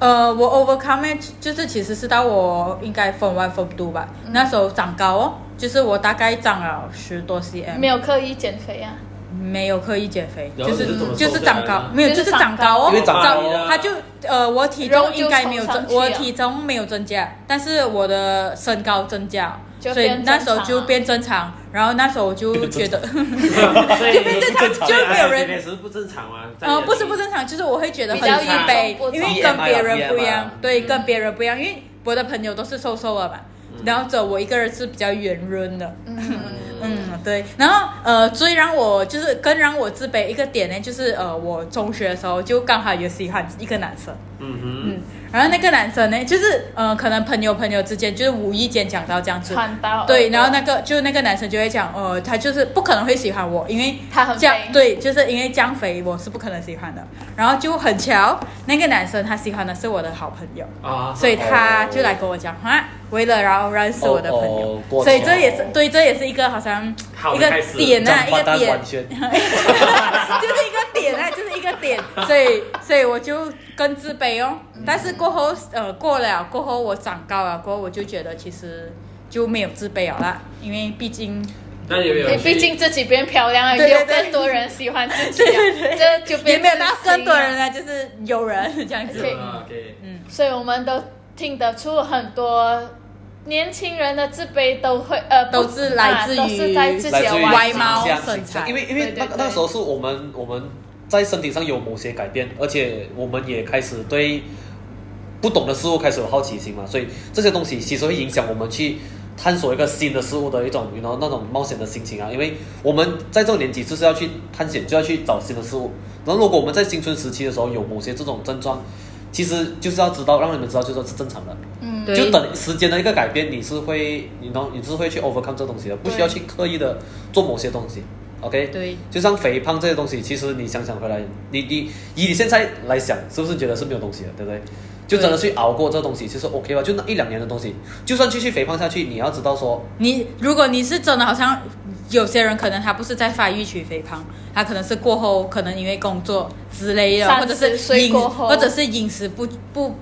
Speaker 2: 呃，我 overcome it 就是其实是到我应该 form one form two 吧，
Speaker 1: 嗯
Speaker 2: 那时候长高哦，就是我大概长了十多 cm，
Speaker 1: 没有刻意减肥啊，
Speaker 2: 没有刻意减肥，
Speaker 4: 然后
Speaker 2: 就是
Speaker 4: 你是怎么瘦
Speaker 2: 就是长
Speaker 4: 下来
Speaker 2: 高
Speaker 4: 的，
Speaker 2: 没有
Speaker 1: 就是
Speaker 2: 就是长
Speaker 1: 长高
Speaker 2: 高哦，
Speaker 3: 因为长高
Speaker 4: 啊
Speaker 2: 他就呃我体重应该没有
Speaker 1: 肉就冲上，
Speaker 2: 增
Speaker 1: 去啊
Speaker 2: 我体重没有增加，但是我的身高增加，
Speaker 1: 就
Speaker 2: 所以
Speaker 1: 变
Speaker 2: 那时候
Speaker 1: 正常
Speaker 2: 就
Speaker 1: 啊
Speaker 2: 变正常，然后那时候我就觉 得。
Speaker 4: 哦所以
Speaker 2: 就
Speaker 4: 你哎
Speaker 2: 他就没 有人
Speaker 4: 也是不正常嘛？在你
Speaker 2: 呃，
Speaker 4: 的
Speaker 2: 不是
Speaker 4: 心
Speaker 2: 不正常，就是我会觉得很
Speaker 1: 比较
Speaker 2: 自
Speaker 1: 与
Speaker 2: 卑
Speaker 1: 众，不
Speaker 2: 因
Speaker 1: 同
Speaker 2: 为跟别人不一
Speaker 3: BMI
Speaker 2: 样
Speaker 4: 嗯
Speaker 3: 啊，
Speaker 2: 对，跟别人不一样，因为我的朋友都是瘦瘦的嘛，
Speaker 4: 嗯
Speaker 2: 然后只有我一个人是比较圆润的，
Speaker 1: 嗯，
Speaker 2: 嗯，对。然后呃，最让我就是更让我自卑一个点呢，就是呃，我中学的时候就刚好有喜欢一个男生，
Speaker 4: 嗯
Speaker 2: 嗯，然后那个男生呢，就是呃，可能朋友朋友之间就是无意间讲到这样子，
Speaker 1: 穿到啊哦
Speaker 2: 对，然后那个就那个男生就会讲，呃，他就是不可能会喜欢我，因为
Speaker 1: 他很
Speaker 2: 这样
Speaker 1: 肥
Speaker 2: 对，就是因为这样肥我是不可能喜欢的。然后就很巧，那个男生他喜欢的是我的好朋友，
Speaker 4: 哼啊，
Speaker 2: 所以他就来跟我讲话，为了然后认识我的朋友。
Speaker 3: 哦哦过
Speaker 2: 所以
Speaker 3: 桥
Speaker 2: 这也是对，这也是一个好像
Speaker 4: 好
Speaker 2: 一
Speaker 4: 的
Speaker 2: 个
Speaker 4: 开始
Speaker 2: 点啊，
Speaker 3: 长
Speaker 2: 一
Speaker 3: 发
Speaker 2: 个
Speaker 3: 单
Speaker 2: 点
Speaker 3: 完，全。
Speaker 2: 就是一个点啊，就是一个点，所以所以我就更自卑哦。但是过后呃过了过后我长高了，过后我就觉得其实就没有自卑了啦，因为毕竟
Speaker 4: 那有没有
Speaker 1: 你
Speaker 2: 哎
Speaker 4: 去？
Speaker 1: 毕竟自己变漂亮了，
Speaker 2: 对对
Speaker 1: 有更多人喜欢自己啊，这就
Speaker 2: 也
Speaker 1: 变
Speaker 2: 没有
Speaker 1: 自
Speaker 2: 到
Speaker 1: 信啊
Speaker 2: 更多
Speaker 1: 了
Speaker 2: 人呢，就是有人这样子。
Speaker 1: OK
Speaker 4: 啊，OK，
Speaker 3: 嗯
Speaker 1: 所以我们都听得出很多年轻人的自卑都会呃
Speaker 2: 都
Speaker 1: 不
Speaker 2: 是来自于
Speaker 1: 啊都是在自己
Speaker 3: 来自
Speaker 1: 的
Speaker 3: 于
Speaker 2: 外
Speaker 1: 外
Speaker 2: 貌
Speaker 1: 貌。
Speaker 3: 形象
Speaker 2: 身材
Speaker 3: 因为因为
Speaker 1: 对对
Speaker 3: 那个
Speaker 1: 对
Speaker 3: 那个时候是我们我们在身体上有某些改变，而且我们也开始对不懂的事物开始有好奇心嘛，所以这些东西其实会影响我们去探索一个新的事物的一种，然后那种冒险的心情啊，因为我们在这个年纪就是要去探险，就要去找新的事物。然后如果我们在青春时期的时候有某些这种症状，其实就是要知道，让你们知道，就说是正常的。
Speaker 1: 嗯，
Speaker 2: 对
Speaker 3: 就等时间的一个改变，你是会，你能，你是会去 overcome 这东西的，不需要去刻意的做某些东西。OK，
Speaker 2: 对，
Speaker 3: 就像肥胖这些东西，其实你想想回来，你你以你现在来想，是不是觉得是没有东西的，对不对？就真的去熬过这东西，其实 OK 吧，就那一两年的东西，就算继续肥胖下去，你要知道说，
Speaker 2: 你如果你是真的，好像有些人可能他不是在发育期肥胖，他可能是过后，可能因为工作之类的，
Speaker 1: 30
Speaker 2: 或者是
Speaker 1: 岁
Speaker 2: 饮，
Speaker 1: 过后
Speaker 2: 或者是饮食不不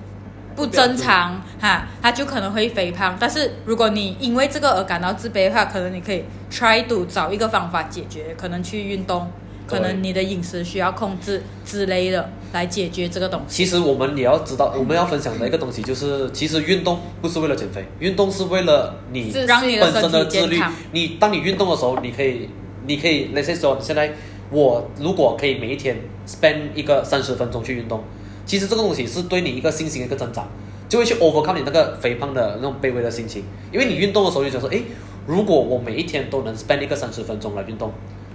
Speaker 2: 不正常哈，他就可能会肥胖。但是如果你因为这个而感到自卑的话，可能你可以 try to 找一个方法解决，可能去运动，可
Speaker 3: 对
Speaker 2: 能你的饮食需要控制之类的来解决这个东西。
Speaker 3: 其实我们也要知道，我们要分享的一个东西就是，其实运动不是为了减肥，运动是为了你
Speaker 1: 自
Speaker 2: 让你
Speaker 3: 本身
Speaker 2: 身
Speaker 3: 的
Speaker 2: 体
Speaker 3: 自
Speaker 2: 健
Speaker 3: 律
Speaker 2: 康，。
Speaker 3: 你当你运动的时候，你可以，你可以，那些说现在我如果可以每一天 spend 一个三十分钟去运动，其实这个东西是对你一个信心的一个增长，就会去 overcome 你那个肥胖的那种卑微的心情，因为你运动的时候就想说，诶，如果我每一天都能 spend 一个三十分钟来运动，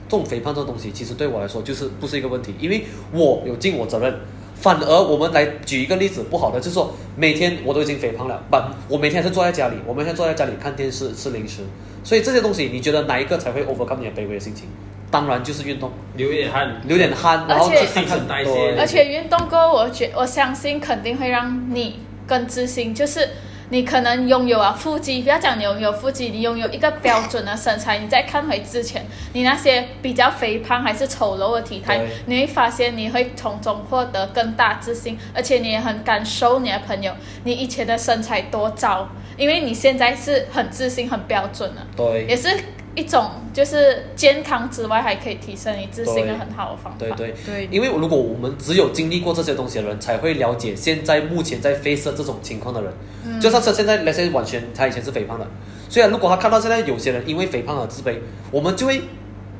Speaker 3: 这种肥胖这种东西，其实对我来说就是不是一个问题，因为我有尽我责任。反而我们来举一个例子，不好的就是说，每天我都已经肥胖了，不，我每天还是坐在家里，我每天坐在家里看电视吃零食，所以这些东西，你觉得哪一个才会 overcome 你的卑微的心情？当然就是运动，
Speaker 4: 流一点汗，
Speaker 3: 流点汗，
Speaker 1: 而且
Speaker 3: 然后去看
Speaker 4: 新陈
Speaker 3: 看
Speaker 4: 代谢
Speaker 3: 对
Speaker 1: 而且运动过后，我觉我相信肯定会让你更自信，就是你可能拥有啊腹肌，不要讲你拥有腹肌，你拥有一个标准的身材，你再看回之前你那些比较肥胖还是丑陋的体态
Speaker 3: 对，
Speaker 1: 你会发现你会从中获得更大自信，而且你也很感受你的朋友，你以前的身材多糟，因为你现在是很自信、很标准的，
Speaker 3: 对
Speaker 1: 也是一种就是健康之外还可以提升你自信的
Speaker 3: 对
Speaker 1: 很好的方法。
Speaker 3: 对对，
Speaker 2: 对，
Speaker 3: 因为如果我们只有经历过这些东西的人，才会了解现在目前在 face 这种情况的人。
Speaker 1: 嗯
Speaker 3: 就像是现在那些完全他以前是肥胖的，虽然如果他看到现在有些人因为肥胖而自卑，我们就会，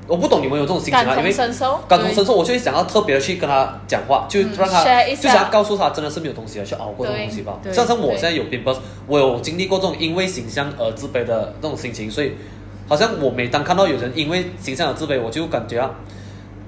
Speaker 3: 我不懂你们有这种心情
Speaker 1: 感
Speaker 3: 啊，因
Speaker 1: 同
Speaker 3: 为
Speaker 1: 身受。
Speaker 3: 感同身受，我就会想要特别的去跟他讲话，就让他、
Speaker 1: 嗯 share 一下
Speaker 3: 就想要告诉他，真的是没有东西了，去熬过这种
Speaker 1: 对
Speaker 3: 东西吧。
Speaker 2: 对
Speaker 3: 像像我
Speaker 1: 对
Speaker 3: 现在有 pimples，我有经历过这种因为形象而自卑的那种心情，所以好像我每当看到有人因为形象而自卑，我就感觉啊，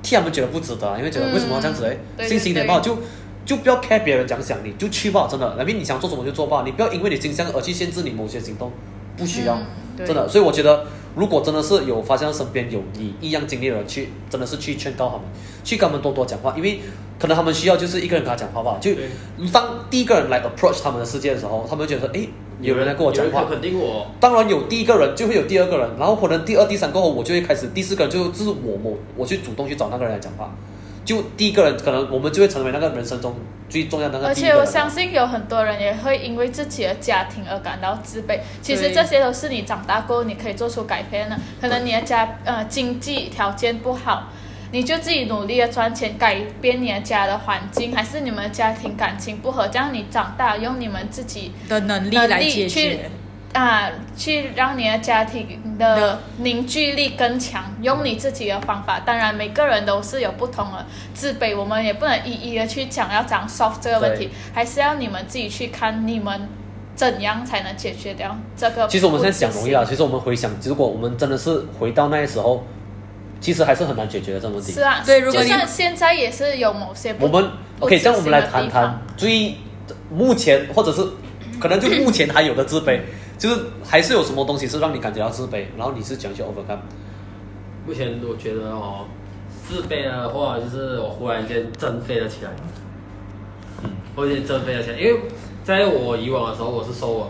Speaker 3: 替他们觉得不值得啊，因为觉得
Speaker 1: 嗯
Speaker 3: 为什么要这样子嘞？
Speaker 1: 对对
Speaker 3: 信心点吧，就就不要 care 别人讲想，你就去吧，真的，哪怕你想做什么就做吧，你不要因为你形象而去限制你某些行动，不需要。
Speaker 1: 嗯
Speaker 2: 对
Speaker 3: 真的，所以我觉得，如果真的是有发现到身边有你一样经历的人，去真的是去劝告他们，去跟他们多多讲话，因为可能他们需要就是一个人跟他讲话吧。就
Speaker 4: 对
Speaker 3: 当第一个人来 approach 他们的世界的时候，他们会觉得说，诶，有人来跟我讲
Speaker 4: 有人
Speaker 3: 话
Speaker 4: 肯。肯定我，
Speaker 3: 当然有第一个人，就会有第二个人，然后可能第二、第三过后，我就会开始第四个人就就是我我我去主动去找那个人来讲话。就第一个人，可能我们就会成为那个人生中最重要的那
Speaker 1: 而
Speaker 3: 个第一个
Speaker 1: 且
Speaker 3: 人。
Speaker 1: 我相信有很多人也会因为自己的家庭而感到自卑。其实
Speaker 2: 对
Speaker 1: 这些都是你长大过后你可以做出改变的。可能你的家呃经济条件不好，你就自己努力的赚钱，改变你的家的环境，还是你们的家庭感情不和，这样你长大用你们自己
Speaker 2: 的能力
Speaker 1: 能
Speaker 2: 来
Speaker 1: 力
Speaker 2: 解
Speaker 1: 去
Speaker 2: 决。
Speaker 1: 啊去让你的家庭的凝聚力更强，用你自己的方法。当然，每个人都是有不同的自卑，我们也不能一一的去讲要讲 solve 这个问题，还是要你们自己去看你们怎样才能解决掉这个。
Speaker 3: 其实我们现在讲容易啊了，，其实我们回想，如果我们真的是回到那时候，其实还是很难解决的这个问题。
Speaker 1: 是啊，
Speaker 2: 对如果
Speaker 1: 就
Speaker 2: 你
Speaker 1: 算现在也是有某些不
Speaker 3: 我们
Speaker 1: 不
Speaker 3: OK，
Speaker 1: 自
Speaker 3: 这样我们来
Speaker 1: 信的
Speaker 3: 谈
Speaker 1: 地
Speaker 3: 谈
Speaker 1: 方
Speaker 3: 最目前或者是可能就目前还有的自 卑，就是还是有什么东西是让你感觉到自卑，然后你是怎样去 overcome？
Speaker 4: 目前我觉得哦，自卑的话就是我忽然间增肥了起来，我有点增肥了起来，因为在我以往的时候我是瘦的。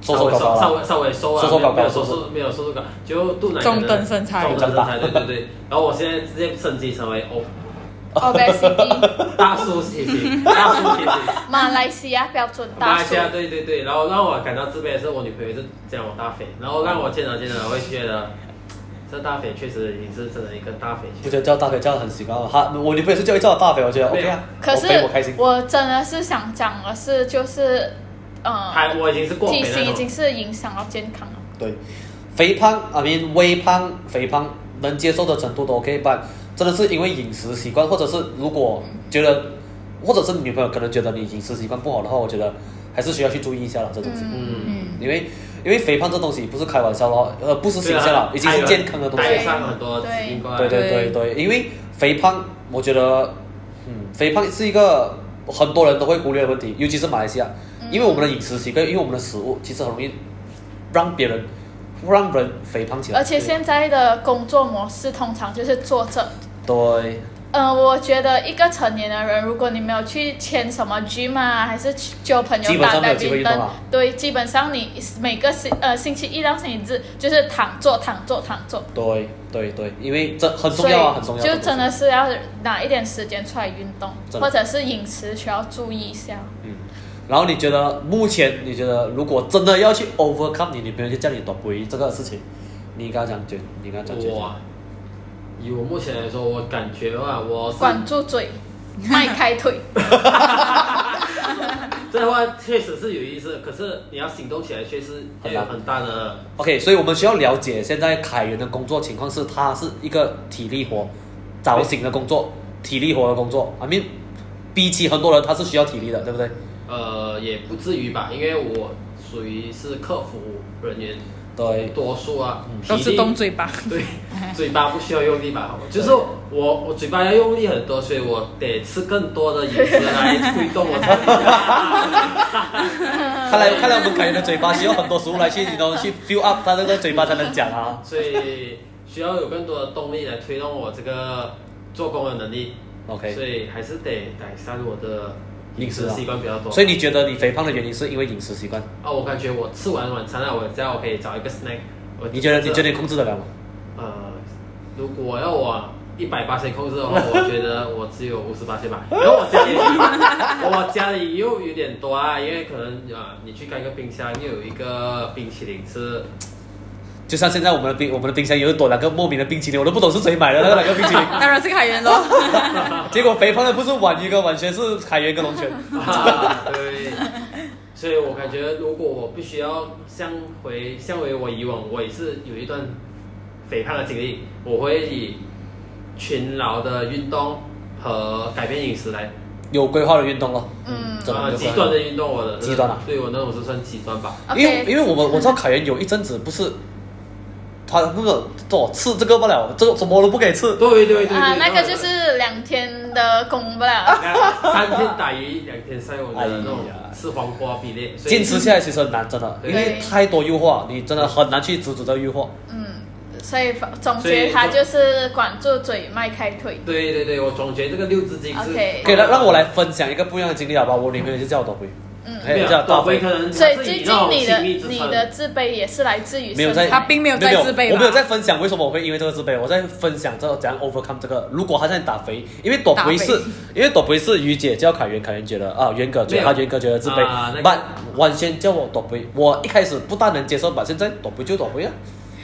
Speaker 3: 瘦瘦高高
Speaker 4: 稍
Speaker 3: 啦，
Speaker 4: 微稍微瘦啊，
Speaker 3: 瘦瘦高高
Speaker 4: 没有瘦
Speaker 3: 瘦瘦
Speaker 4: 瘦没有瘦瘦高，就肚腩
Speaker 2: 中等身材
Speaker 4: 中等身材，对对对。然后我现在直接升级 成为哦，
Speaker 1: obesity，
Speaker 4: 大叔体型，大叔 体型。
Speaker 1: 马来西亚标准
Speaker 4: 马
Speaker 1: 大
Speaker 4: 来
Speaker 1: 数
Speaker 4: 西。亚，对对对，然后让我感到自卑的是，我女朋友是讲我大肥，然后让我见了见了会觉得，这大肥确实已经是真的一个大肥。
Speaker 3: 不觉得叫大肥叫得很习惯吗？他我女朋友是叫叫我大肥，我觉得
Speaker 4: 没有
Speaker 3: OK 啊，
Speaker 1: 可是
Speaker 3: 我肥我开心。
Speaker 1: 我真的是想讲的是，就是，呃，
Speaker 4: 还我已经是过肥
Speaker 1: 体
Speaker 4: 那
Speaker 1: 型已
Speaker 4: 种
Speaker 1: 经，是影响到健康了。
Speaker 3: 对，肥胖，I mean 微胖、肥胖能接受的程度都 OK，但真的是因为饮食习惯，或者是如果觉得，或者是你女朋友可能觉得你饮食习惯不好的话，我觉得还是需要去注意一下了这东西，
Speaker 4: 嗯，
Speaker 2: 嗯，
Speaker 3: 因为因为肥胖这东西不是开玩笑咯，呃，不是形象了，已经是健康的东西
Speaker 4: 啊
Speaker 1: 对
Speaker 4: 还有
Speaker 1: 啊
Speaker 4: 带上很多疾病过来。
Speaker 3: 对对对对，因为肥胖，我觉得，嗯，肥胖是一个很多人都会忽略的问题，尤其是马来西亚，
Speaker 1: 嗯
Speaker 3: 因为我们的饮食习惯，因为我们的食物，其实很容易让别人让人肥胖起来。
Speaker 1: 而且现在的工作模式通常就是坐着，
Speaker 3: 对，
Speaker 1: 而呃，我觉得一个成年的人，如果你没有去签什么 gym 啊，还是去交朋
Speaker 3: 基
Speaker 1: 友
Speaker 3: 本
Speaker 1: 打
Speaker 3: 上没有机会运动
Speaker 1: badminton，
Speaker 3: 啊
Speaker 1: 对，基本上你每个星呃星期一到星期日就是躺坐躺坐躺坐，
Speaker 3: 对对对，因为这很重要啊，很重要。
Speaker 1: 所以
Speaker 3: 这
Speaker 1: 就
Speaker 3: 个
Speaker 1: 真
Speaker 3: 东
Speaker 1: 的
Speaker 3: 西，
Speaker 1: 是要拿一点时间出来运动，
Speaker 3: 真的
Speaker 1: 或者是饮食需要注意一下。
Speaker 3: 嗯。然后你觉得目前你觉得如果真的要去 overcome 你女朋友就叫你夺杯这个事情，你应该讲决，你应该讲决。
Speaker 4: 我啊以我目前来说，我感觉啊，我是
Speaker 1: 管住嘴，迈开腿，
Speaker 4: 这话确实是有意思，可是你要行动起来，确实要有很大的
Speaker 3: OK，所以我们需要了解现在凯源的工作情况是，他是一个体力活、早醒的工作、体力活的工作。I mean，比起很多人，他是需要体力的，对不对？
Speaker 4: 呃，也不至于吧，因为我属于是客服人员，
Speaker 3: 对，
Speaker 4: 多数啊，
Speaker 3: 嗯
Speaker 2: 都
Speaker 4: 体
Speaker 2: 是
Speaker 4: 力
Speaker 2: 动嘴巴。
Speaker 4: 对，嘴巴不需要用力吧？就是我我嘴巴要用力很多，所以我得吃更多的饮食来推动我 自己。
Speaker 3: 看来看来我们凯源的嘴巴需要很多食物来去你都去 fill up 他这个嘴巴才能讲啊。
Speaker 4: 所以需要有更多的动力来推动我这个做工的能力。
Speaker 3: OK
Speaker 4: 所以还是得改善我的饮
Speaker 3: 饮食
Speaker 4: 食
Speaker 3: 啊
Speaker 4: 习惯比较多。
Speaker 3: 所以你觉得你肥胖的原因是因为饮食习惯？
Speaker 4: 啊，我感觉我吃完晚餐了，我只要我可以找一个 snack 我就吃了。
Speaker 3: 你觉得你觉得你控制得了吗？
Speaker 4: 呃，如果要我一百八千控制的话，我觉得我只有五十八 千吧。然后我家里，我家里又有点多啊，因为可能啊、呃你去开个冰箱，又有一个冰淇淋吃，
Speaker 3: 就像现在我们的冰我们的冰箱又多两个莫名的冰淇淋，我都不懂是谁买的那两个冰淇 淋。
Speaker 2: 当然是凯源喽，
Speaker 3: 哦结果肥胖的不是婉瑜跟婉璇，是凯源跟龙泉。
Speaker 4: 啊，对。所以我感觉，如果我必须要向回向回我以往，我也是有一段肥胖的经历，我会以勤劳的运动和改变饮食来
Speaker 3: 有规划的运动咯。
Speaker 1: 嗯
Speaker 3: 真
Speaker 4: 啊，
Speaker 3: 的有规划
Speaker 4: 极端的运动，我的
Speaker 3: 极端啊
Speaker 4: 对我那种是算极端吧。
Speaker 3: 因为
Speaker 1: OK，
Speaker 3: 因为我们我知道凯源有一阵子不是，他不是做吃这个不了，这个什么都不给吃。
Speaker 4: 对对对对，
Speaker 1: 啊，那个
Speaker 4: 对
Speaker 1: 就是两天的工不
Speaker 3: 啊
Speaker 1: 了。
Speaker 4: 三天打鱼两天晒网的那种
Speaker 3: 哎呀
Speaker 4: 吃黄瓜比例，所以
Speaker 3: 坚持下来其实很难，真的，
Speaker 4: 对
Speaker 3: 因为太多诱惑，你真的很难去阻止这个诱惑。
Speaker 1: 嗯，所以总
Speaker 4: 所以
Speaker 1: 结他就是管住嘴，迈开腿。
Speaker 4: 对对对，我总结这个六字经是
Speaker 1: OK
Speaker 3: 可以让让我来分享一个不一样的经历好吧？我女朋友就叫我多回，
Speaker 1: 嗯
Speaker 3: 哎
Speaker 4: 没有
Speaker 3: 叫
Speaker 4: 多
Speaker 3: 大
Speaker 4: 亏
Speaker 3: 飞
Speaker 4: 可。能
Speaker 1: 所以
Speaker 4: 他是
Speaker 1: 最近
Speaker 4: 那种
Speaker 1: 你的
Speaker 4: 亲密之
Speaker 1: 你
Speaker 4: 称
Speaker 1: 的自卑也是来自于
Speaker 3: 没有在，
Speaker 1: 身
Speaker 2: 他
Speaker 1: 材，
Speaker 2: 并没有在自卑吧
Speaker 3: 我没有在分享为什么我会因为这个自卑，我在分享这个怎样 overcome 这个。如果他在打肥，因为躲回是
Speaker 2: 打肥，
Speaker 3: 因为躲回是于姐叫凯源，凯源觉得啊，源哥觉得
Speaker 4: 没有
Speaker 3: 他源哥觉得自卑
Speaker 4: 啊那个
Speaker 3: ，but 婉轩叫我躲回，我一开始不大能接受吧，现在躲回就躲回啊，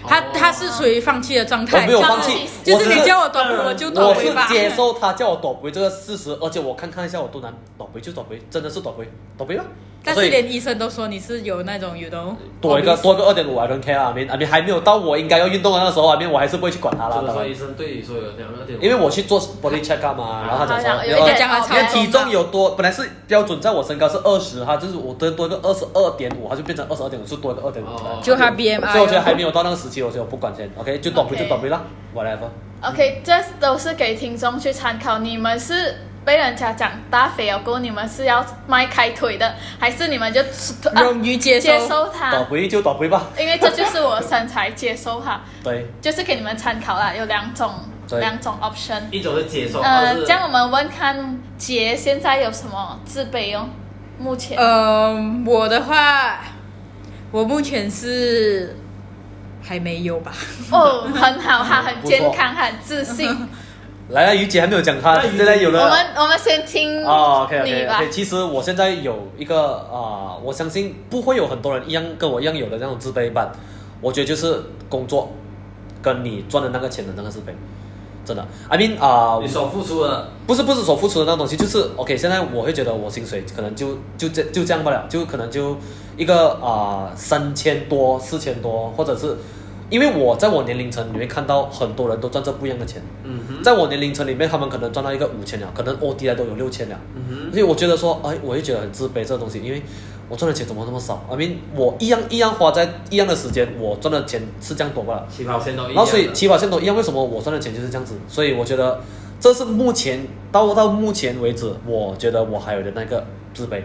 Speaker 2: 他他是处于放弃的状
Speaker 3: 我哦
Speaker 2: 态。
Speaker 3: 没有
Speaker 1: 放
Speaker 3: 放弃
Speaker 1: 弃，
Speaker 2: 就
Speaker 3: 我
Speaker 2: 是
Speaker 3: 只
Speaker 2: 你叫我躲回，我就躲
Speaker 3: 我
Speaker 2: 回
Speaker 3: 是
Speaker 2: 吧。
Speaker 3: 接受他叫我躲回这个事实，而且我看看一下我都能躲回就躲回，真的是躲回，躲回了。
Speaker 2: 但
Speaker 3: 所
Speaker 2: 是
Speaker 3: 以
Speaker 2: 连医生都说你是有那种 you know
Speaker 3: 多一个多一个二点五 I don't care 啊，I mean I mean 还没有到我应该要运动的那个时候，I mean 我还是不会去管他啦
Speaker 4: 真的
Speaker 3: 当
Speaker 4: 说
Speaker 3: 然
Speaker 4: 医生对你说有两个点，
Speaker 3: 因为我去做 body check up 嘛，然后他
Speaker 1: 啊
Speaker 3: 讲
Speaker 1: 好像
Speaker 3: 说，因
Speaker 1: 有一
Speaker 3: 为
Speaker 1: 点
Speaker 2: 讲他
Speaker 3: 因为
Speaker 2: 超
Speaker 3: 体重有多，本来是标准在我身高是二十，他就是我多多一个二十二点五，他就变成二十二点五，是多一个二点五。
Speaker 4: 哦
Speaker 2: 就他
Speaker 3: 所以我觉得还
Speaker 2: BMI
Speaker 3: 没有到那个时期，我觉得我不管先，OK 就短不
Speaker 1: OK
Speaker 3: 就短不啦，whatever。
Speaker 1: OK，这都是给听众去参考。你们是被人家讲大肥了过后，你们是要迈开腿的，还是你们就、啊
Speaker 3: 呃
Speaker 2: 勇于接受
Speaker 1: 接受它
Speaker 3: 短？不就短不吧，
Speaker 1: 因为这就是我身材，接受它，
Speaker 3: 对，
Speaker 1: 就是给你们参考啦。有两种，
Speaker 3: 对
Speaker 1: 两种 option。
Speaker 4: 一种是接受，
Speaker 1: 呃
Speaker 4: 二，是
Speaker 1: 这样我们问看姐现在有什么自卑哦？目前、
Speaker 2: 呃，我的话，我目前是还没有吧。
Speaker 1: 哦，很好哈，很
Speaker 3: 不错
Speaker 1: 健康，很自 信。
Speaker 3: 来了于姐还没有讲她，
Speaker 4: 那于姐
Speaker 3: 现在有
Speaker 1: 哎我
Speaker 3: 了。
Speaker 1: 们我们先听你吧。
Speaker 3: 哦，OK OK OK，其实我现在有一个啊、我相信不会有很多人一样跟我一样有的那种自卑吧。我觉得就是工作跟你赚的那个钱的那个自卑，真的。I mean 啊、
Speaker 4: 你所付出的，
Speaker 3: 不是不是所付出的那东西，就是 OK。现在我会觉得我薪水可能就就这就这样不了，就可能就一个啊三千多、四千多，或者是因为我在我年龄层里面看到很多人都赚这不一样的钱，
Speaker 4: 嗯哼，
Speaker 3: 在我年龄层里面，他们可能赚到一个五千了，可能 OD 来都有六千了。
Speaker 4: 嗯
Speaker 3: 所以我觉得说，哎，我就觉得很自卑这个东西，因为我赚的钱怎么那么少？I mean，我一样一样花在一样的时间，我赚的钱是这样多罢了
Speaker 4: 哼，。起跑线都一
Speaker 3: 然
Speaker 4: 样
Speaker 3: 后
Speaker 4: 的，
Speaker 3: 所以起跑线都一样，为什么我赚的钱就是这样子？所以我觉得这是目前到到目前为止，我觉得我还有的那个自卑。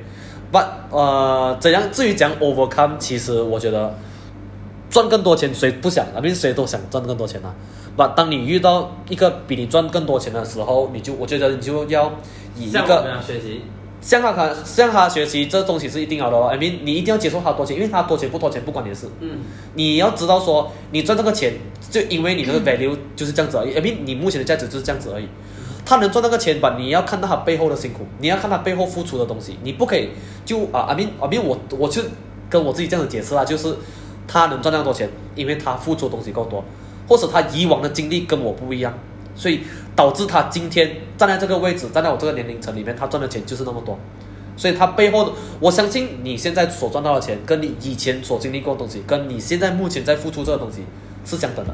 Speaker 3: But 呃，怎样至于讲 overcome，其实我觉得赚更多钱，谁不想？啊，因为谁都想赚更多钱呐、那当你遇到一个比你赚更多钱的时候，你就我觉得你就要以一
Speaker 4: 向啊我
Speaker 3: 个
Speaker 4: 们要学习，
Speaker 3: 向他看向他学习，这东西是一定要的哦。I mean，你一定要接受他多钱，因为他多钱不多钱不关你的事。
Speaker 4: 嗯，
Speaker 3: 你要知道说，你赚这个钱，就因为你这个 value 就是这样子而已。I mean，你目前的价值就是这样子而已。他能赚那个钱吧，你要看到他背后的辛苦，你要看他背后付出的东西，你不可以就啊，I mean，I mean，我我就跟我自己这样子解释啦，就是他能赚那么多钱，因为他付出的东西够多，或者他以往的经历跟我不一样，所以导致他今天站在这个位置，站在我这个年龄层里面，他赚的钱就是那么多。所以他背后的，我相信你现在所赚到的钱，跟你以前所经历过的东西，跟你现在目前在付出这个东西是相等的。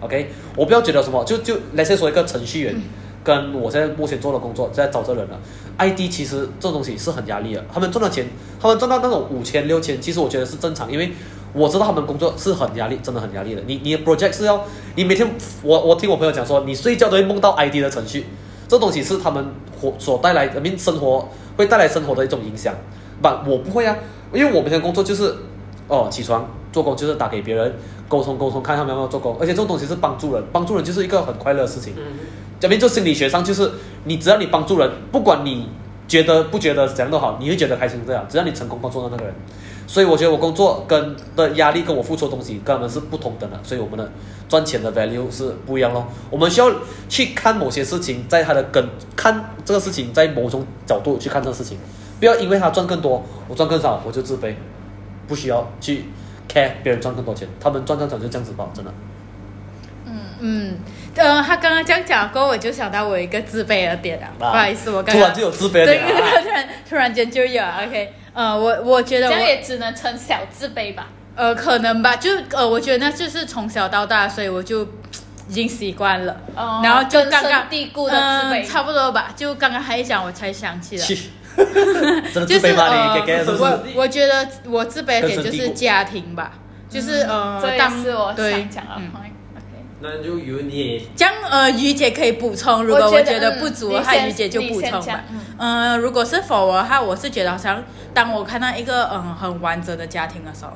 Speaker 3: OK，我不要觉得什么，就就来先说一个程序员，跟我现在目前做的工作在找这人了。ID 其实这东西是很压力的，他们赚到钱，他们赚到那种五千六千，其实我觉得是正常，因为我知道他们工作是很压力，真的很压力的。你你的 project 是要，你每天我我听我朋友讲说，你睡觉都会梦到 ID 的程序，这东西是他们活所带来，I mean 生活会带来生活的一种影响。不，我不会啊，因为我每天工作就是，哦，起床做工就是打给别人沟通沟通，看他们有没有做工，而且这种东西是帮助人，帮助人就是一个很快乐的事情。
Speaker 4: 嗯，
Speaker 3: 这边就心理学上就是，你只要你帮助人，不管你觉得不觉得怎样都好，你会觉得开心这样，只要你成功帮助到那个人。所以我觉得我工作跟的压力跟我付出的东西跟他们是不同等的，所以我们的赚钱的 value 是不一样咯。我们需要去看某些事情，在它的根看这个事情，在某种角度去看这个事情，不要因为他赚更多，我赚更少我就自卑，不需要去 care 别人赚更多钱，他们赚更少就这样子吧，真的。
Speaker 2: 嗯，呃，他刚刚这样讲过后，我就想到我有一个自卑的点啊，不好意思，我刚
Speaker 3: 突
Speaker 2: 刚
Speaker 3: 然就有自卑了、
Speaker 2: 对
Speaker 3: 啊。
Speaker 2: 突然突然间就有啊 OK，呃，我我觉得
Speaker 1: 这
Speaker 2: 我
Speaker 1: 样也只能称小自卑吧。
Speaker 2: 呃可能吧，就呃我觉得那就是从小到大，所以我就已经习惯了，
Speaker 1: 哦
Speaker 2: 然后就
Speaker 1: 根
Speaker 2: 刚刚
Speaker 1: 深蒂固的自卑
Speaker 2: 嗯差不多吧，就刚刚还讲我才想起来，
Speaker 3: 去，真的自
Speaker 2: 就是
Speaker 3: 卑吗？你
Speaker 2: 呃
Speaker 3: 给给是不是？
Speaker 2: 我我觉得我自卑的
Speaker 3: 根
Speaker 2: 点就
Speaker 3: 深蒂
Speaker 2: 是
Speaker 3: 固
Speaker 2: 家庭吧，就是呃
Speaker 1: 嗯这也
Speaker 2: 当
Speaker 1: 是我
Speaker 2: 对
Speaker 1: 想讲的
Speaker 2: 嗯
Speaker 1: point。OK
Speaker 4: 那就由你
Speaker 2: 这样呃，于姐可以补充，如果我觉得不足的
Speaker 1: 我
Speaker 2: 话，
Speaker 1: 觉得嗯
Speaker 2: 于姐就补
Speaker 1: 你先
Speaker 2: 充
Speaker 1: 你先
Speaker 2: 吧
Speaker 1: 讲。
Speaker 2: 嗯、呃，如果是否我的话，我是觉得好像当我看到一个嗯很完整的家庭的时候，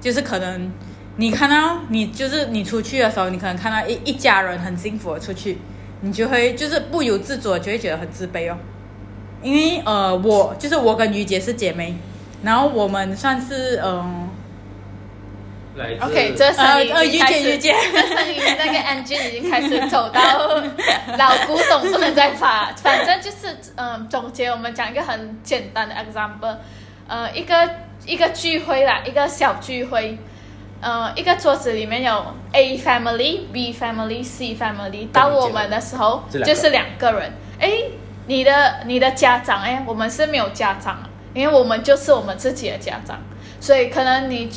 Speaker 2: 就是可能你看到你就是你出去的时候，你可能看到一一家人很幸福的出去，你就会就是不由自主的就会觉得很自卑哦。因为呃，我就是我跟于姐是姐妹，然后我们算是嗯。呃
Speaker 4: 来自
Speaker 1: OK，这声音
Speaker 2: 呃呃
Speaker 1: 已经开始，
Speaker 2: 于姐于姐
Speaker 1: 这声音那个 Angie 已经开始走 到老古董不能再发，反正就是嗯，总结我们讲一个很简单的 example，呃，一个一个聚会啦，一个小聚会。呃，一个桌子里面有 A family、B family、C family，到我们的时候
Speaker 3: 这两个
Speaker 1: 就是两个人。哎，你的你的家长哎，我们是没有家长的，因为我们就是我们自己的家长，所以可能你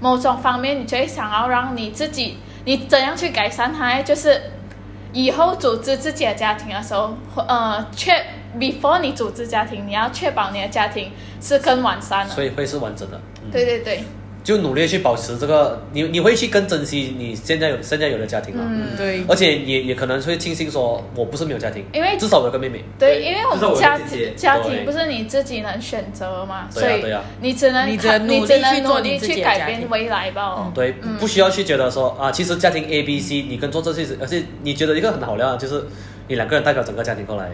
Speaker 1: 某种方面，你就会想要让你自己，你怎样去改善它哎？就是以后组织自己的家庭的时候，或呃，确 before 你组织家庭，你要确保你的家庭是更完善的
Speaker 3: 所。以会是完整的。嗯、
Speaker 1: 对对对，
Speaker 3: 就努力去保持这个，你你会去更珍惜你现在有现在有的家庭了，
Speaker 1: 嗯，
Speaker 2: 对
Speaker 3: 而且也也可能会庆幸说，我不是没有家庭，
Speaker 1: 因为
Speaker 3: 至少我有个妹妹。
Speaker 1: 对，因为我
Speaker 4: 至少
Speaker 1: 们
Speaker 4: 我有
Speaker 1: 家
Speaker 4: 自己
Speaker 1: 庭家
Speaker 4: 对
Speaker 1: 庭不是你自己能选择的嘛，
Speaker 3: 对啊
Speaker 1: 所以
Speaker 3: 对啊
Speaker 1: 你只能
Speaker 2: 你只
Speaker 1: 靠
Speaker 2: 能
Speaker 1: 你
Speaker 2: 努
Speaker 1: 只
Speaker 2: 力去
Speaker 1: 能努
Speaker 2: 做你
Speaker 1: 力
Speaker 2: 自己
Speaker 1: 去
Speaker 2: 的
Speaker 1: 改
Speaker 2: 家
Speaker 1: 变
Speaker 2: 庭
Speaker 1: 未来吧。哦
Speaker 3: 对，不需要去觉得说啊，其实家庭 A、B、C，你跟做这些事，而且你觉得一个很好料，就是你两个人代表整个家庭过来，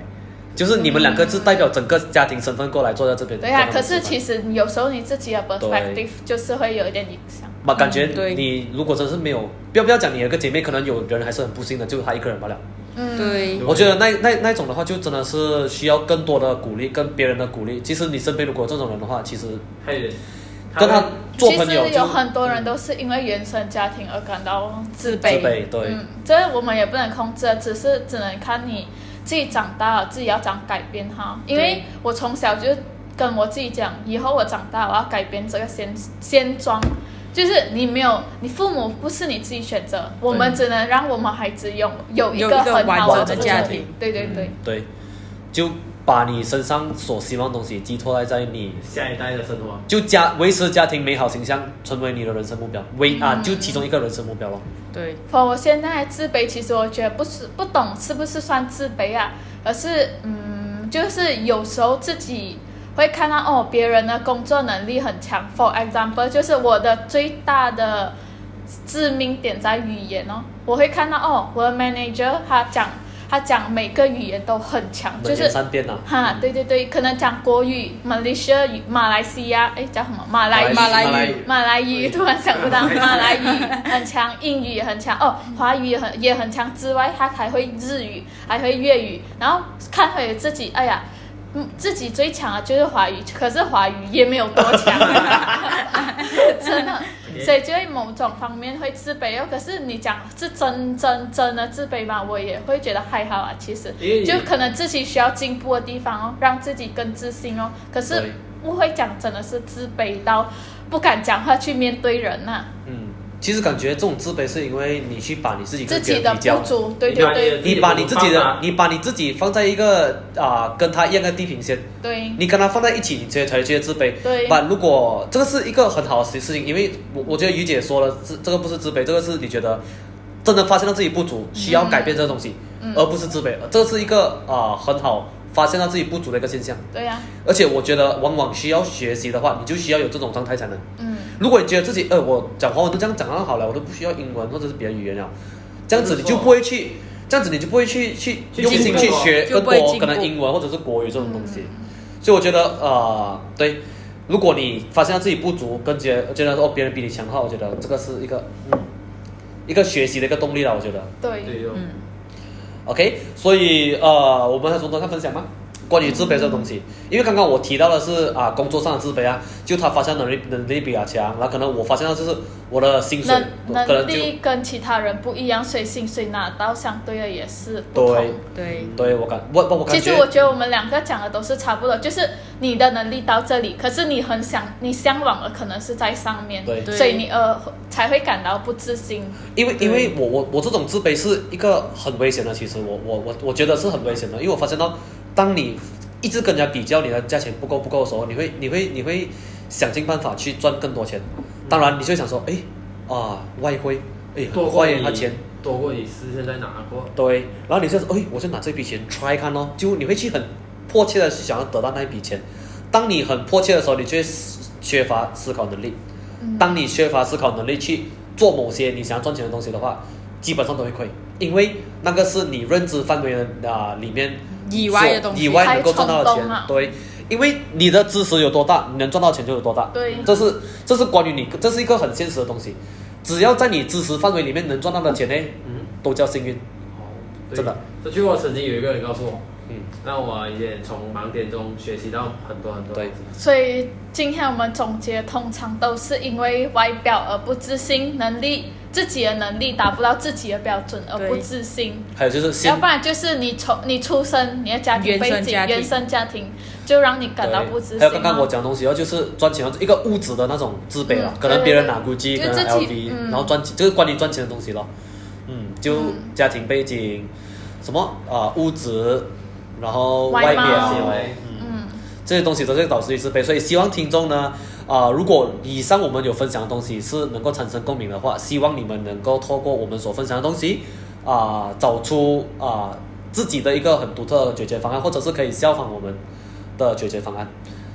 Speaker 3: 就是你们两个是代表整个家庭身份过来坐在这边。
Speaker 1: 对啊，
Speaker 3: 做
Speaker 1: 可
Speaker 3: 这种
Speaker 1: 是
Speaker 3: 事情
Speaker 1: 其实有时候你自己的 perspective 就是会有一点影响。
Speaker 3: 嘛，感觉
Speaker 2: 嗯对
Speaker 3: 你如果真是没有，不要不要讲你有个姐妹，可能有人还是很不幸的，就她一个人罢了。
Speaker 1: 嗯，
Speaker 2: 对
Speaker 3: 我觉得那那那种的话，就真的是需要更多的鼓励，跟别人的鼓励。其实你身边如果有这种人的话，其实
Speaker 4: 害人，
Speaker 3: 跟他
Speaker 4: 们
Speaker 3: 做
Speaker 1: 其
Speaker 3: 朋友
Speaker 1: 实有
Speaker 3: 就
Speaker 1: 很多人都是因为原生家庭而感到自
Speaker 3: 自
Speaker 1: 卑。
Speaker 3: 卑，对，
Speaker 1: 嗯，这我们也不能控制，只是只能看你自己长大了，自己要长改变哈。因为
Speaker 2: 对
Speaker 1: 我从小就跟我自己讲，以后我长大我要改变这个现现状。就是你没有，你父母不是你自己选择，我们只能让我们孩子有有一
Speaker 2: 有
Speaker 1: 个
Speaker 2: 一个
Speaker 1: 很
Speaker 2: 完
Speaker 1: 好
Speaker 3: 整
Speaker 1: 的
Speaker 3: 的
Speaker 1: 家
Speaker 3: 家庭嗯
Speaker 1: 对对对，
Speaker 3: 对，就把你身上所希望的东西寄托在在你，
Speaker 4: 下一代的生活，
Speaker 3: 就家维持家庭美好形象，成为你的人生目标，为
Speaker 1: 嗯
Speaker 3: 啊就其中一个人生目标咯。
Speaker 2: 对，
Speaker 1: 否，我现在自卑，其实我觉得不是不懂是不是算自卑啊，而是嗯，就是有时候自己会看到哦，别人的工作能力很强。For example，就是我的最大的致命点在语言哦。我会看到哦，我的 manager 他讲他讲每个语言都很强，就
Speaker 3: 门
Speaker 1: 是
Speaker 3: 店商店呐、
Speaker 1: 哈，对对对，可能讲国语、马来西亚语、马来西亚，哎，讲什么？马来语、
Speaker 2: 马来语
Speaker 1: 马来语，突然想不到，马来语很强，英语也很强，哦，华语也很也很强之外，他还会日语，还会粤语，然后看回自己，哎呀。嗯，自己最强的就是华语，可是华语也没有多强， 真的，所以就会某种方面会自卑哦。可是你讲是真真真的自卑嘛，我也会觉得还好啊。其实，
Speaker 4: 因为你
Speaker 1: 就可能自己需要进步的地方哦，让自己更自信哦。可
Speaker 3: 对
Speaker 1: 是不会讲，真的是自卑到不敢讲话去面对人啊呐、
Speaker 3: 嗯，其实感觉这种自卑是因为你去把你自己
Speaker 1: 自
Speaker 3: 跟别
Speaker 1: 己
Speaker 3: 人
Speaker 1: 的
Speaker 3: 比较
Speaker 1: 不，足，对
Speaker 4: 你把
Speaker 1: 对
Speaker 4: 你的
Speaker 1: 对
Speaker 4: 自
Speaker 3: 你把你自己
Speaker 4: 不放
Speaker 3: 的
Speaker 4: 大
Speaker 3: 你把你自己放在一个啊、跟他一样的地平线，
Speaker 1: 对
Speaker 3: 你跟他放在一起，你才才觉得自卑。
Speaker 1: 对
Speaker 3: 把如果这个是一个很好的事情，因为我我觉得于姐说了，这这个不是自卑，这个是你觉得真的发现到自己不足，需要改变这个东西，而不是自卑。这是一个啊、很好发现到自己不足的一个现象。
Speaker 1: 对啊呀、
Speaker 3: 而且我觉得，往往需要学习的话，你就需要有这种状态才能。
Speaker 1: 嗯，
Speaker 3: 如果你觉得自己，呃，我讲华文都这样讲到好了，我都不需要英文或者是别的语言了，这样子你就不会去，这样子你就不会去去
Speaker 4: 去
Speaker 3: 用
Speaker 4: 进
Speaker 3: 心
Speaker 4: 步
Speaker 3: 去学
Speaker 2: 就
Speaker 3: 更
Speaker 2: 不会
Speaker 3: 多
Speaker 2: 进
Speaker 3: 可
Speaker 2: 步
Speaker 3: 能英文或者是国语这种东西。所以我觉得，呃，对，如果你发现到自己不足，跟觉得觉得哦别人比你强的话，我觉得这个是一个嗯一个学习的一个动力了，我觉得。
Speaker 1: 对，
Speaker 4: 对哦，
Speaker 2: 嗯，
Speaker 3: OK，所以呃，我们来从头看分享吗？关于自卑这个东西，因为刚刚我提到的是啊、工作上的自卑啊，就他发现能力能力比他强，然后可能我发现到就是我的薪水
Speaker 1: 能
Speaker 3: 可能
Speaker 1: 能
Speaker 3: 就
Speaker 1: 力跟其他人不一样，所以薪水拿到相对的也是不
Speaker 3: 对
Speaker 1: 同。
Speaker 2: 对，
Speaker 3: 对，我感我我我感
Speaker 1: 其
Speaker 3: 觉
Speaker 1: 实我觉得我们两个讲的都是差不多，就是你的能力到这里，可是你很想你向往的可能是在上面，
Speaker 3: 对
Speaker 2: 对
Speaker 1: 所以你呃才会感到不自信。
Speaker 3: 因为因为我我我这种自卑是一个很危险的，其实我我我我觉得是很危险的，因为我发现到，当你一直跟人家比较你的价钱不够不够的时候，你会你会你会想尽办法去赚更多钱，当然你就会想说，哎啊、外汇，哎
Speaker 4: 多
Speaker 3: 很
Speaker 4: 过
Speaker 3: 快耶
Speaker 4: 你
Speaker 3: 他钱。
Speaker 4: 多过你是现在拿过，
Speaker 3: 对，然后你就说，哎，我就拿这笔钱 try 看咯，就你会去很迫切的想要得到那一笔钱。当你很迫切的时候，你就会缺乏思考能力。
Speaker 1: 嗯
Speaker 3: 当你缺乏思考能力去做某些你想要赚钱的东西的话，基本上都会亏，因为那个是你认知范围的啊、里面
Speaker 2: 以外的东
Speaker 3: 以
Speaker 2: 西，
Speaker 3: 外能够赚到的
Speaker 1: 太
Speaker 3: 钱
Speaker 1: 冲动
Speaker 2: 啊
Speaker 1: 了，
Speaker 3: 对，因为你的知识有多大，你能赚到钱就有多大。
Speaker 1: 对
Speaker 3: 这是这是关于你，这是一个很现实的东西。只要在你知识范围里面能赚到的钱呢，
Speaker 4: 嗯，
Speaker 3: 都叫幸运。
Speaker 4: 哦，对
Speaker 3: 真的。
Speaker 4: 这句话曾经有一个人告诉我，
Speaker 3: 嗯，
Speaker 4: 让我也从盲点中学习到很多很多东
Speaker 3: 对
Speaker 4: 西。
Speaker 1: 所以今天我们总结，通常都是因为外表而不自信，能力自己的能力达不到自己的标准而不自信，
Speaker 3: 还有就是先
Speaker 1: 要不然就是你从你出生你的家庭
Speaker 2: 原
Speaker 1: 背
Speaker 2: 生
Speaker 1: 景、
Speaker 2: 家庭
Speaker 1: 原生家庭就让你感到
Speaker 3: 对
Speaker 1: 不自信、
Speaker 3: 还
Speaker 1: 啊。
Speaker 3: 有刚刚我讲东西哦，就是赚钱一个物质的那种自卑了，
Speaker 1: 嗯
Speaker 3: 可能别人拿 GUCCI，
Speaker 1: 就
Speaker 3: 可能
Speaker 1: 自己
Speaker 3: LV，、
Speaker 1: 嗯
Speaker 3: 然后赚钱，就是关于赚钱的东西咯。嗯，就
Speaker 1: 嗯
Speaker 3: 家庭背景，什么啊、物质，然后
Speaker 1: 外
Speaker 3: 外
Speaker 1: 貌
Speaker 3: 表，
Speaker 4: 行为
Speaker 3: 嗯，
Speaker 1: 嗯，
Speaker 3: 这些东西都是导致于自卑。所以希望听众呢，啊、如果以上我们有分享的东西是能够产生共鸣的话，希望你们能够透过我们所分享的东西，啊、找出啊、自己的一个很独特的解决方案，或者是可以效仿我们的解决方案。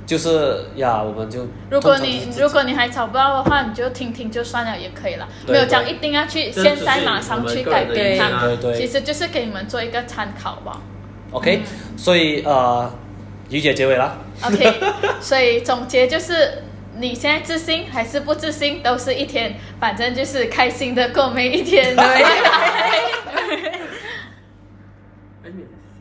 Speaker 3: 就是呀，我们就
Speaker 1: 如果
Speaker 3: 通常
Speaker 1: 你
Speaker 3: 就是
Speaker 1: 如果你还找不到的话，你就听听就算了，也可以了，
Speaker 3: 对
Speaker 1: 没有讲一定要去
Speaker 4: 这只
Speaker 1: 现
Speaker 4: 是
Speaker 1: 在马上去改
Speaker 4: 我们个人的
Speaker 1: 变
Speaker 4: 意见
Speaker 1: 它，
Speaker 4: 啊
Speaker 3: 对对
Speaker 1: 其实嗯就是给你们做一个参考吧。
Speaker 3: OK，、所以呃，于姐结尾啦。
Speaker 1: OK，所以总结就是，你现在自信还 是不自信，都是一天，反正就是开心的过每一天。对，
Speaker 4: 哎